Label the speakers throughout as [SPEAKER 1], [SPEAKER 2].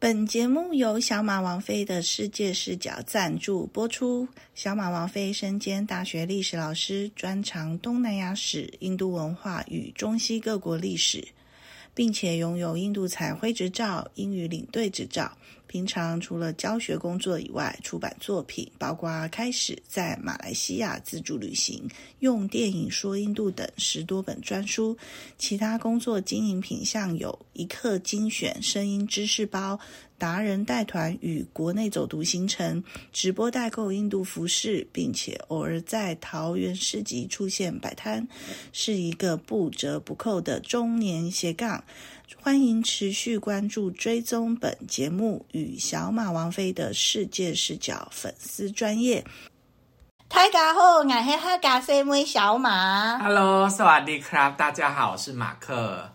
[SPEAKER 1] 本节目由小马王妃的世界视角赞助播出。小马王妃身兼大学历史老师，专长东南亚史、印度文化与中西各国历史，并且拥有印度彩绘执照、英语领队执照。平常除了教学工作以外，出版作品包括开始在马来西亚自助旅行、用电影说印度等十多本专书。其他工作经营品项有一刻精选声音知识包、达人带团与国内走读行程、直播代购印度服饰，并且偶尔在桃园市集出现摆摊，是一个不折不扣的中年斜杠。欢迎持续关注、追踪本节目与小马王妃的世界视角粉丝专业。大家好，我是哈嘎西妹小马。
[SPEAKER 2] Hello，สวัสดีครับ 大家好，我是马克。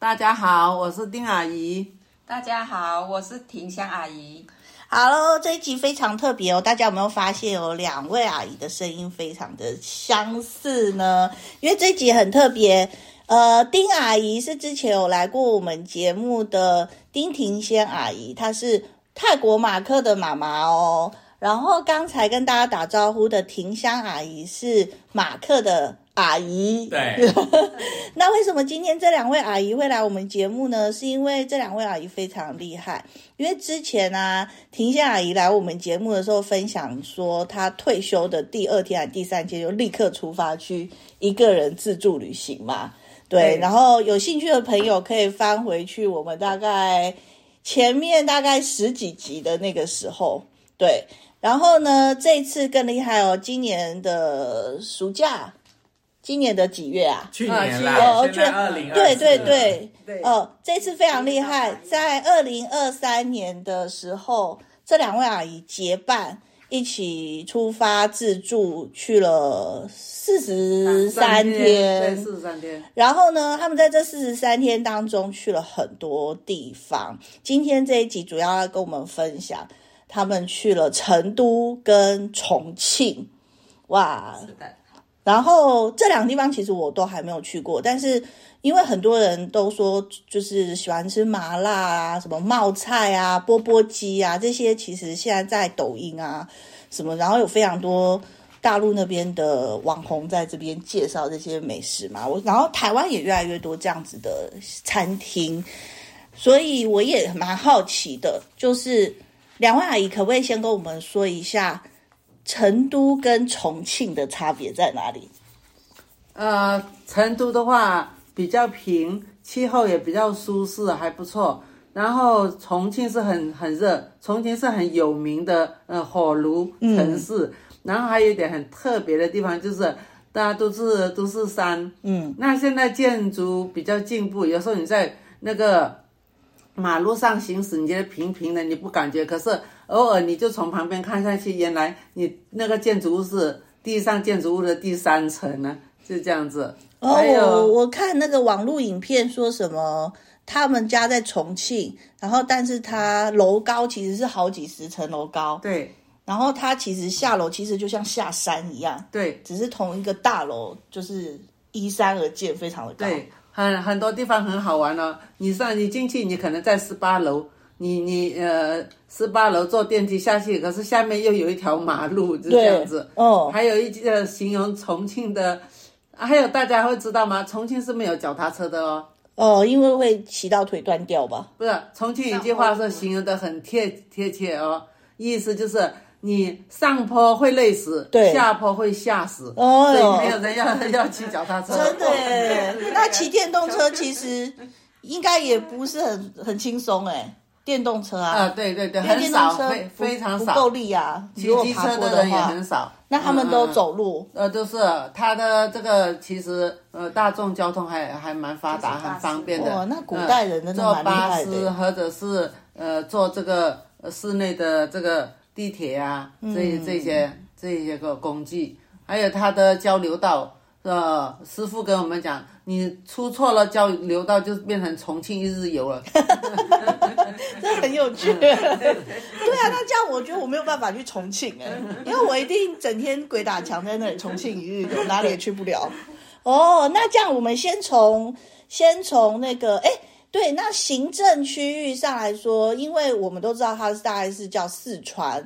[SPEAKER 3] 大家好，我是丁阿姨。
[SPEAKER 4] 大家好，我是婷香阿姨。
[SPEAKER 1] 好喽，这一集非常特别哦，大家有没有发现有两位阿姨的声音非常的相似呢？因为这一集很特别，呃，丁阿姨是之前有来过我们节目的丁庭仙阿姨，她是泰国马克的妈妈哦。然后刚才跟大家打招呼的庭香阿姨是马克的阿姨，
[SPEAKER 2] 对，
[SPEAKER 1] 那为什么今天这两位阿姨会来我们节目呢？是因为这两位阿姨非常厉害。因为之前啊，婷夏阿姨来我们节目的时候，分享说她退休的第二天还是第三天就立刻出发去一个人自助旅行嘛。对，
[SPEAKER 3] 对
[SPEAKER 1] 然后有兴趣的朋友可以翻回去我们大概前面大概十几集的那个时候，对。然后呢，这一次更厉害哦，今年的暑假，今年的几月啊？
[SPEAKER 2] 去年啦，
[SPEAKER 1] 哦，
[SPEAKER 2] 现在二零二
[SPEAKER 1] 对对对，
[SPEAKER 3] 对
[SPEAKER 1] 哦，这次非常厉害，在二零二三年的时候，这两位阿姨结伴一起出发自助去了四十三
[SPEAKER 3] 对，
[SPEAKER 1] 天。
[SPEAKER 3] 四十三天。
[SPEAKER 1] 然后呢，他们在这四十三天当中去了很多地方。今天这一集主要要跟我们分享，他们去了成都跟重庆，哇，
[SPEAKER 4] 是的，
[SPEAKER 1] 然后这两个地方其实我都还没有去过，但是因为很多人都说就是喜欢吃麻辣啊、什么冒菜啊、钵钵鸡啊这些，其实现在在抖音啊什么，然后有非常多大陆那边的网红在这边介绍这些美食嘛。我然后台湾也越来越多这样子的餐厅，所以我也蛮好奇的，就是两位阿姨可不可以先跟我们说一下？成都跟重庆的差别在哪里？
[SPEAKER 3] 呃，成都的话比较平，气候也比较舒适，还不错。然后重庆是很很热，重庆是很有名的呃火炉城市。然后还有一点很特别的地方就是，大家都是都是山。嗯，那现在建筑比较进步，有时候你在那个马路上行驶，你觉得平平的，你不感觉，可是偶尔你就从旁边看下去，原来你那个建筑物是地上建筑物的第三层呢、就这样子。
[SPEAKER 1] 哦
[SPEAKER 3] 还，
[SPEAKER 1] 我
[SPEAKER 3] 有
[SPEAKER 1] 我看那个网络影片说什么，他们家在重庆，然后但是他楼高其实是好几十层楼高，
[SPEAKER 3] 对
[SPEAKER 1] 然后他其实下楼其实就像下山一样，
[SPEAKER 3] 对
[SPEAKER 1] 只是同一个大楼就是依山而建，非常的高。
[SPEAKER 3] 对，很很多地方很好玩哦。你上你进去，你可能在十八楼，你你呃十八楼坐电梯下去，可是下面又有一条马路，就这样子。
[SPEAKER 1] 哦，
[SPEAKER 3] 还有一句呃形容重庆的，啊还有大家会知道吗？重庆是没有脚踏车的哦。
[SPEAKER 1] 哦，因为会骑到腿断掉吧？
[SPEAKER 3] 不是重庆有一句话是形容的很贴贴切哦，意思就是你上坡会累死，
[SPEAKER 1] 对
[SPEAKER 3] 下坡会吓死，
[SPEAKER 1] 哦
[SPEAKER 3] 所
[SPEAKER 1] 哟
[SPEAKER 3] 以没有人要 要骑脚踏车。
[SPEAKER 1] 真的耶
[SPEAKER 4] 对对，对
[SPEAKER 1] 那骑电动车其实应该也不是很很轻松哎，电动车啊，
[SPEAKER 3] 啊，对对对，
[SPEAKER 1] 因为
[SPEAKER 3] 很
[SPEAKER 1] 电动
[SPEAKER 3] 少，
[SPEAKER 1] 车
[SPEAKER 3] 非
[SPEAKER 1] 不
[SPEAKER 3] 非常
[SPEAKER 1] 不够
[SPEAKER 3] 少。
[SPEAKER 1] 力啊。
[SPEAKER 3] 骑
[SPEAKER 1] 如果
[SPEAKER 3] 机
[SPEAKER 1] 爬
[SPEAKER 3] 车
[SPEAKER 1] 坡
[SPEAKER 3] 人也
[SPEAKER 1] 话，
[SPEAKER 3] 很少，
[SPEAKER 1] 那他们都
[SPEAKER 3] 嗯。嗯嗯
[SPEAKER 1] 走路。
[SPEAKER 3] 呃，就是它的这个其实呃，大众交通还还蛮发达，
[SPEAKER 4] 就是巴士
[SPEAKER 3] 很方便的。
[SPEAKER 1] 哇，哦那古
[SPEAKER 3] 嗯
[SPEAKER 1] 代人真的
[SPEAKER 3] 坐
[SPEAKER 1] 蛮厉
[SPEAKER 3] 巴
[SPEAKER 1] 害
[SPEAKER 3] 士
[SPEAKER 1] 的。
[SPEAKER 3] 或者是呃坐这个呃室内的这个地铁啊，这
[SPEAKER 1] 嗯
[SPEAKER 3] 这些这些个工具，还有它的交流道。呃，师傅跟我们讲，你出错了交流道就变成重庆一日游了。
[SPEAKER 1] 这很有
[SPEAKER 3] 嗯
[SPEAKER 1] 趣。 对啊，那这样我觉得我没有办法去重庆哎、因为我一定整天鬼打墙在那里，重庆一日游，哪里也去不了。哦，那这样我们先从先从那个哎，对，那行政区域上来说，因为我们都知道它是大概是叫四川，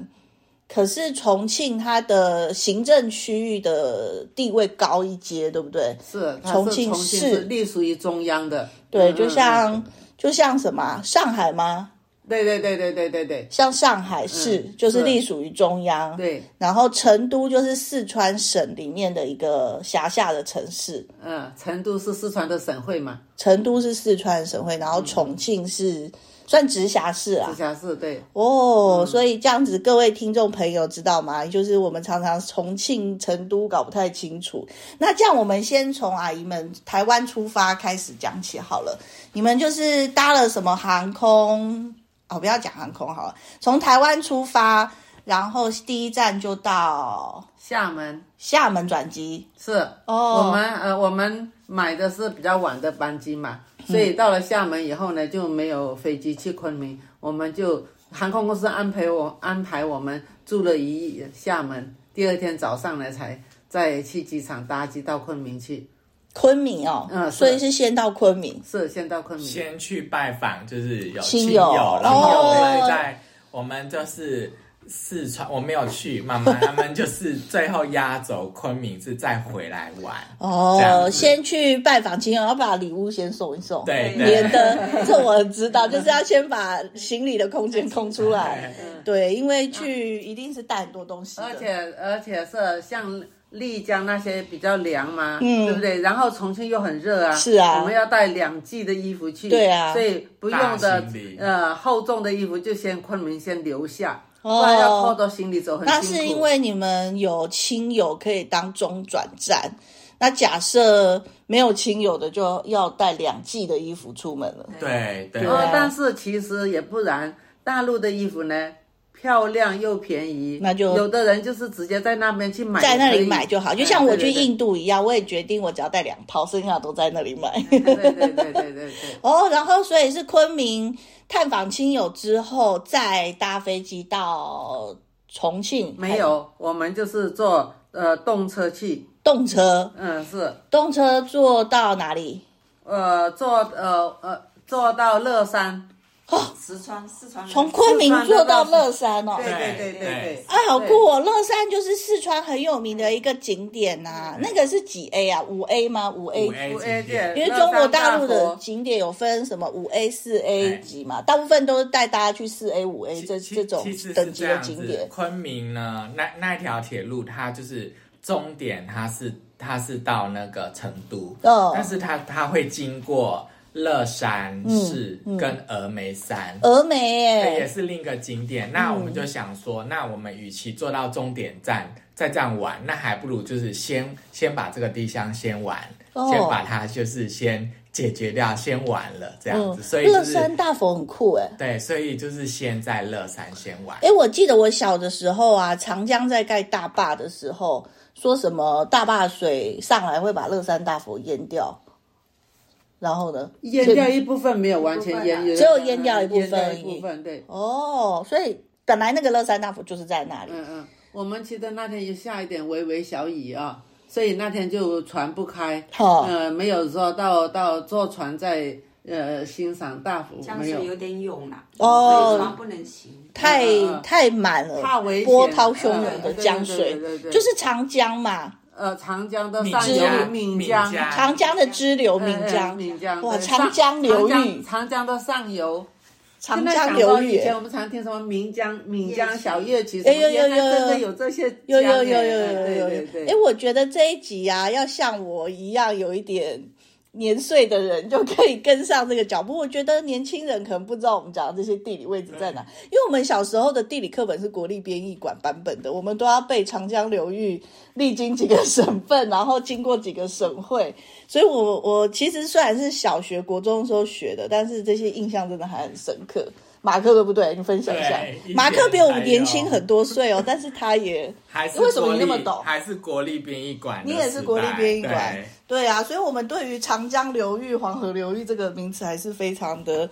[SPEAKER 1] 可是重庆它的行政区域的地位高一阶，对不对？
[SPEAKER 3] 是它是
[SPEAKER 1] 重
[SPEAKER 3] 重
[SPEAKER 1] 庆
[SPEAKER 3] 庆
[SPEAKER 1] 市
[SPEAKER 3] 是隶属于中央的，
[SPEAKER 1] 对，
[SPEAKER 3] 嗯
[SPEAKER 1] 就
[SPEAKER 3] 嗯
[SPEAKER 1] 像、
[SPEAKER 3] 嗯
[SPEAKER 1] 就像什么啊上海吗？
[SPEAKER 3] 对对对对对对对
[SPEAKER 1] 像上海市、
[SPEAKER 3] 嗯
[SPEAKER 1] 就是
[SPEAKER 3] 是
[SPEAKER 1] 隶属于中央，
[SPEAKER 3] 对，
[SPEAKER 1] 然后成都就是四川省里面的一个辖下的城市，
[SPEAKER 3] 嗯，成都是四川的省会嘛，
[SPEAKER 1] 成都是四川省会，然后重庆是、算直辖市啊
[SPEAKER 3] 直。辖市对，
[SPEAKER 1] 哦，
[SPEAKER 2] 嗯
[SPEAKER 1] 所以这样子，各位听众朋友知道吗？就是我们常常重庆、成都搞不太清楚。那这样，我们先从阿姨们台湾出发开始讲起好了。你们就是搭了什么航空？哦，不要讲航空好了，从台湾出发，然后第一站就到
[SPEAKER 3] 厦门
[SPEAKER 1] 厦门转机。
[SPEAKER 3] 是
[SPEAKER 1] 哦
[SPEAKER 3] 我们呃我们买的是比较晚的班机嘛，
[SPEAKER 1] 嗯
[SPEAKER 3] 所以到了厦门以后呢，就没有飞机去昆明，我们就航空公司安排我安排我们住了一夜厦门，第二天早上呢才再去机场搭机到昆明去，
[SPEAKER 1] 昆明哦，
[SPEAKER 3] 嗯是
[SPEAKER 1] 所以是先到昆明，
[SPEAKER 3] 是先到昆明，
[SPEAKER 2] 先去拜访，就是有
[SPEAKER 1] 亲
[SPEAKER 2] 亲
[SPEAKER 1] 友
[SPEAKER 2] 然后我
[SPEAKER 1] 哦
[SPEAKER 2] 们在我们就是四川，我没有去，妈妈他们就是最后压轴昆明是再回来玩，这
[SPEAKER 1] 哦
[SPEAKER 2] 样，子
[SPEAKER 1] 先去拜访亲友，要把礼物先送一送。
[SPEAKER 2] 对
[SPEAKER 4] 对
[SPEAKER 1] 连灯，这我知道，就是要先把行李的空间空出 来。对，因为去一定是带很多东西的。
[SPEAKER 3] 而且而且是像丽江那些比较凉嘛，
[SPEAKER 1] 嗯
[SPEAKER 3] 对不对？然后重庆又很热啊，
[SPEAKER 1] 是啊
[SPEAKER 3] 我们要带两季的衣服去，
[SPEAKER 1] 对啊
[SPEAKER 3] 所以不用的
[SPEAKER 2] 大行李
[SPEAKER 3] 呃厚重的衣服就先昆明先留下，
[SPEAKER 1] 哦
[SPEAKER 3] 不然要拖到行李走很辛
[SPEAKER 1] 那
[SPEAKER 3] 苦。
[SPEAKER 1] 是因为你们有亲友可以当中转站，那假设没有亲友的，就要带两季的衣服出门了。
[SPEAKER 2] 对对
[SPEAKER 1] 对
[SPEAKER 3] 哦
[SPEAKER 1] 啊，
[SPEAKER 3] 但是其实也不然，大陆的衣服呢。漂亮又便宜，
[SPEAKER 1] 那就
[SPEAKER 3] 有的人就是直接在那边去买也可
[SPEAKER 1] 在
[SPEAKER 3] 以，
[SPEAKER 1] 那里买就好，就像我去
[SPEAKER 3] 对对对
[SPEAKER 1] 印度一样，我也决定我只要带两套，剩下的都在那里买。
[SPEAKER 3] 对对对对对对，
[SPEAKER 1] 哦，然后所以是昆明探访亲友之后，再搭飞机到重庆，
[SPEAKER 3] 没有，我们就是坐呃动车去，
[SPEAKER 1] 动车，
[SPEAKER 3] 嗯，是，
[SPEAKER 1] 动车坐到哪里？
[SPEAKER 3] 呃，坐呃呃坐到乐山，
[SPEAKER 4] 四川四川人
[SPEAKER 1] 从昆明坐到乐山哦。
[SPEAKER 3] 对对对
[SPEAKER 2] 对
[SPEAKER 3] 对对
[SPEAKER 2] 对，
[SPEAKER 1] 哎，好酷哦！乐山就是四川很有名的一个景点呐、那个是几 A 啊？五 A 吗？五 A。
[SPEAKER 2] 五 A
[SPEAKER 3] 五 A
[SPEAKER 2] 景点
[SPEAKER 1] 因为中国大陆的景点有分什么五 A、四 A
[SPEAKER 2] 对
[SPEAKER 1] 级嘛，大部分都是带大家去四 A、五 A
[SPEAKER 2] 其
[SPEAKER 1] 这
[SPEAKER 2] 其
[SPEAKER 1] 这种
[SPEAKER 2] 其实是
[SPEAKER 1] 等级
[SPEAKER 2] 这
[SPEAKER 1] 的
[SPEAKER 2] 样
[SPEAKER 1] 景
[SPEAKER 2] 子
[SPEAKER 1] 点。
[SPEAKER 2] 昆明呢，那那条铁路它就是终点，它是它是到那个成都，
[SPEAKER 1] 嗯
[SPEAKER 2] 但是它它会经过乐山市
[SPEAKER 1] 嗯
[SPEAKER 2] 跟峨眉山。
[SPEAKER 1] 峨眉耶、
[SPEAKER 2] 这也是另一个景点，那
[SPEAKER 1] 嗯
[SPEAKER 2] 我们就想说，那我们与其坐到终点站再这样玩，那还不如就是先先把这个地方先玩，
[SPEAKER 1] 哦
[SPEAKER 2] 先把它就是先解决掉，先玩了这样子，所
[SPEAKER 1] 嗯
[SPEAKER 2] 以
[SPEAKER 1] 乐
[SPEAKER 2] 就是
[SPEAKER 1] 山大佛很酷哎、
[SPEAKER 2] 对，所以就是先在乐山先玩。
[SPEAKER 1] 哎，我记得我小的时候啊，长江在盖大坝的时候，说什么大坝水上来会把乐山大佛淹掉，然后呢？
[SPEAKER 3] 淹掉一部分没有完全淹，
[SPEAKER 1] 只有淹掉一部分
[SPEAKER 3] 淹掉一部分，对，
[SPEAKER 1] 哦，所以本来那个乐山大佛就是在那里。
[SPEAKER 3] 嗯嗯，我们去的那天也下一点微微小雨啊，所以那天就船不开，
[SPEAKER 1] 好、
[SPEAKER 3] 呃，没有说到到坐船在呃欣赏大佛，
[SPEAKER 4] 江
[SPEAKER 3] 没
[SPEAKER 4] 水
[SPEAKER 3] 有
[SPEAKER 4] 有，点涌了，
[SPEAKER 1] 哦
[SPEAKER 4] 所以船不能行。
[SPEAKER 1] 太、
[SPEAKER 3] 嗯嗯嗯
[SPEAKER 1] 太满了，
[SPEAKER 3] 怕危险
[SPEAKER 1] 波涛汹涌的
[SPEAKER 3] 嗯对
[SPEAKER 1] 江水，
[SPEAKER 3] 对对对对对
[SPEAKER 1] 就是长江嘛，
[SPEAKER 3] 呃，长江的
[SPEAKER 2] 闽
[SPEAKER 3] 上游
[SPEAKER 2] 江
[SPEAKER 3] 闽
[SPEAKER 2] 闽
[SPEAKER 3] 江。
[SPEAKER 2] 江
[SPEAKER 1] 长江的支流岷
[SPEAKER 3] 呃
[SPEAKER 1] 江，
[SPEAKER 3] 闽江
[SPEAKER 1] 哇，
[SPEAKER 3] 对
[SPEAKER 1] 长
[SPEAKER 3] 上
[SPEAKER 1] 江流
[SPEAKER 3] 长
[SPEAKER 1] 域
[SPEAKER 3] 江，长江的上游，
[SPEAKER 1] 长
[SPEAKER 3] 现在
[SPEAKER 1] 江
[SPEAKER 3] 想
[SPEAKER 1] 流
[SPEAKER 3] 到
[SPEAKER 1] 域哎
[SPEAKER 3] 以，前我们常听什么岷江、岷江小夜曲，
[SPEAKER 1] 有有有
[SPEAKER 3] 原来真的
[SPEAKER 1] 有
[SPEAKER 3] 有这些江
[SPEAKER 1] 有有有有
[SPEAKER 3] 哎
[SPEAKER 1] 有有
[SPEAKER 3] 对
[SPEAKER 1] 有
[SPEAKER 3] 对
[SPEAKER 1] 哎，
[SPEAKER 3] 对。
[SPEAKER 1] 我觉得这一集啊，要像我一样有一点年岁的人，就可以跟上这个脚步。 我觉得年轻人可能不知道我们讲的这些地理位置在
[SPEAKER 3] 嗯
[SPEAKER 1] 哪，因为我们小时候的地理课本是国立编译馆版本的，我们都要背长江流域历经几个省份，然后经过几个省会。 所以我我其实虽然是小学、国中的时候学的，但是这些印象真的还很深刻。马克对不对？你分享一下
[SPEAKER 2] 对。一
[SPEAKER 1] 马克
[SPEAKER 2] 点
[SPEAKER 1] 比我
[SPEAKER 2] 还
[SPEAKER 1] 们年
[SPEAKER 2] 有
[SPEAKER 1] 轻很多岁哦，但是他也
[SPEAKER 2] 还是
[SPEAKER 1] 为什么你那
[SPEAKER 2] 国立
[SPEAKER 1] 么懂
[SPEAKER 2] 还是国立编译馆的
[SPEAKER 1] 你
[SPEAKER 2] 时代，
[SPEAKER 1] 也是国立编译馆
[SPEAKER 2] 对，
[SPEAKER 1] 对啊，所以我们对于长江流域、黄河流域这个名词还是非常的，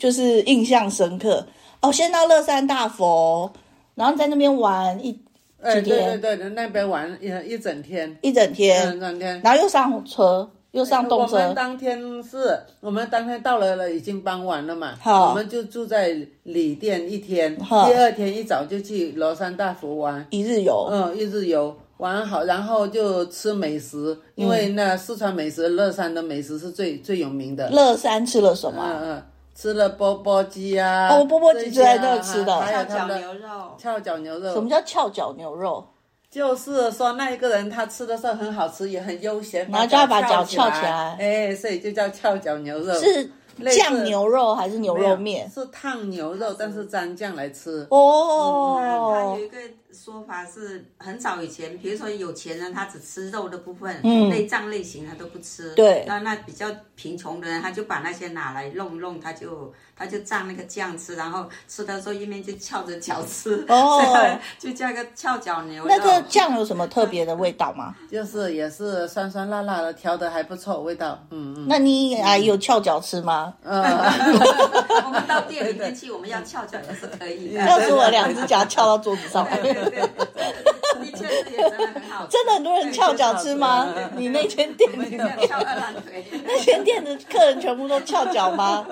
[SPEAKER 1] 就是印象深刻。哦，先到乐山大佛，然后在那边玩一
[SPEAKER 3] 哎，
[SPEAKER 1] 几
[SPEAKER 3] 对对
[SPEAKER 1] 天，
[SPEAKER 3] 呃对，那边玩一一整天，
[SPEAKER 1] 一整
[SPEAKER 3] 一
[SPEAKER 1] 天，
[SPEAKER 3] 整天。
[SPEAKER 1] 然后又上车，又上动
[SPEAKER 3] 嗯哎我们
[SPEAKER 1] 车，
[SPEAKER 3] 当天是我们当天到了了，已经傍晚了嘛，
[SPEAKER 1] 好
[SPEAKER 3] 我们就住在里店一天，
[SPEAKER 1] 好
[SPEAKER 3] 第二天一早就去罗山大佛玩，
[SPEAKER 1] 一日游。
[SPEAKER 3] 嗯，一日游玩好，然后就吃美食，因为
[SPEAKER 1] 嗯
[SPEAKER 3] 那四川美食、乐山的美食是最最有名的。
[SPEAKER 1] 乐山吃了什么
[SPEAKER 3] 嗯
[SPEAKER 1] 啊？
[SPEAKER 3] 嗯，吃了钵钵鸡啊，
[SPEAKER 1] 哦钵钵鸡
[SPEAKER 3] 这些啊
[SPEAKER 1] 就在那吃的
[SPEAKER 3] 还有
[SPEAKER 4] 跳
[SPEAKER 3] 他
[SPEAKER 4] 脚
[SPEAKER 3] 们
[SPEAKER 4] 牛
[SPEAKER 3] 的
[SPEAKER 4] 肉，
[SPEAKER 3] 翘脚牛肉。
[SPEAKER 1] 什么叫翘脚牛肉？
[SPEAKER 3] 就是说那一个人他吃的时候很好吃，也很悠闲，
[SPEAKER 1] 然后就要把脚翘
[SPEAKER 3] 翘
[SPEAKER 1] 起来
[SPEAKER 3] 哎，所以就叫翘脚牛肉。
[SPEAKER 1] 是
[SPEAKER 3] 类似
[SPEAKER 1] 酱牛肉还是牛
[SPEAKER 3] 没有
[SPEAKER 1] 肉面？
[SPEAKER 3] 是烫牛肉，但是蘸酱来吃。嗯
[SPEAKER 4] 它
[SPEAKER 1] 哦
[SPEAKER 4] 有，一个说法是很早以前，比如说有钱人他只吃肉的部分，
[SPEAKER 1] 嗯
[SPEAKER 4] 内脏类型他都不吃。
[SPEAKER 1] 对
[SPEAKER 4] 那那比较贫穷的人，他就把那些拿来弄弄，他就他就蘸那个酱吃，然后吃的时候一面就翘着脚吃。
[SPEAKER 1] 哦
[SPEAKER 4] 就叫个翘脚牛肉。
[SPEAKER 1] 那个酱有什么特别的味道吗？
[SPEAKER 3] 就是也是酸酸辣辣的，调的还不错，味道，嗯嗯，
[SPEAKER 1] 那你啊有翘脚吃吗？
[SPEAKER 4] 我们到店里面去，我们要翘脚也是可 以的。
[SPEAKER 1] 要是我两只脚翘到桌子 上来，
[SPEAKER 4] 对对对， 的确是也真的很好吃，
[SPEAKER 1] 真的很多人翘脚吃吗
[SPEAKER 3] 对对？对
[SPEAKER 1] 你那间店
[SPEAKER 4] 我们就这样翘二郎腿。
[SPEAKER 1] 那间店的客人全部都翘脚 吗？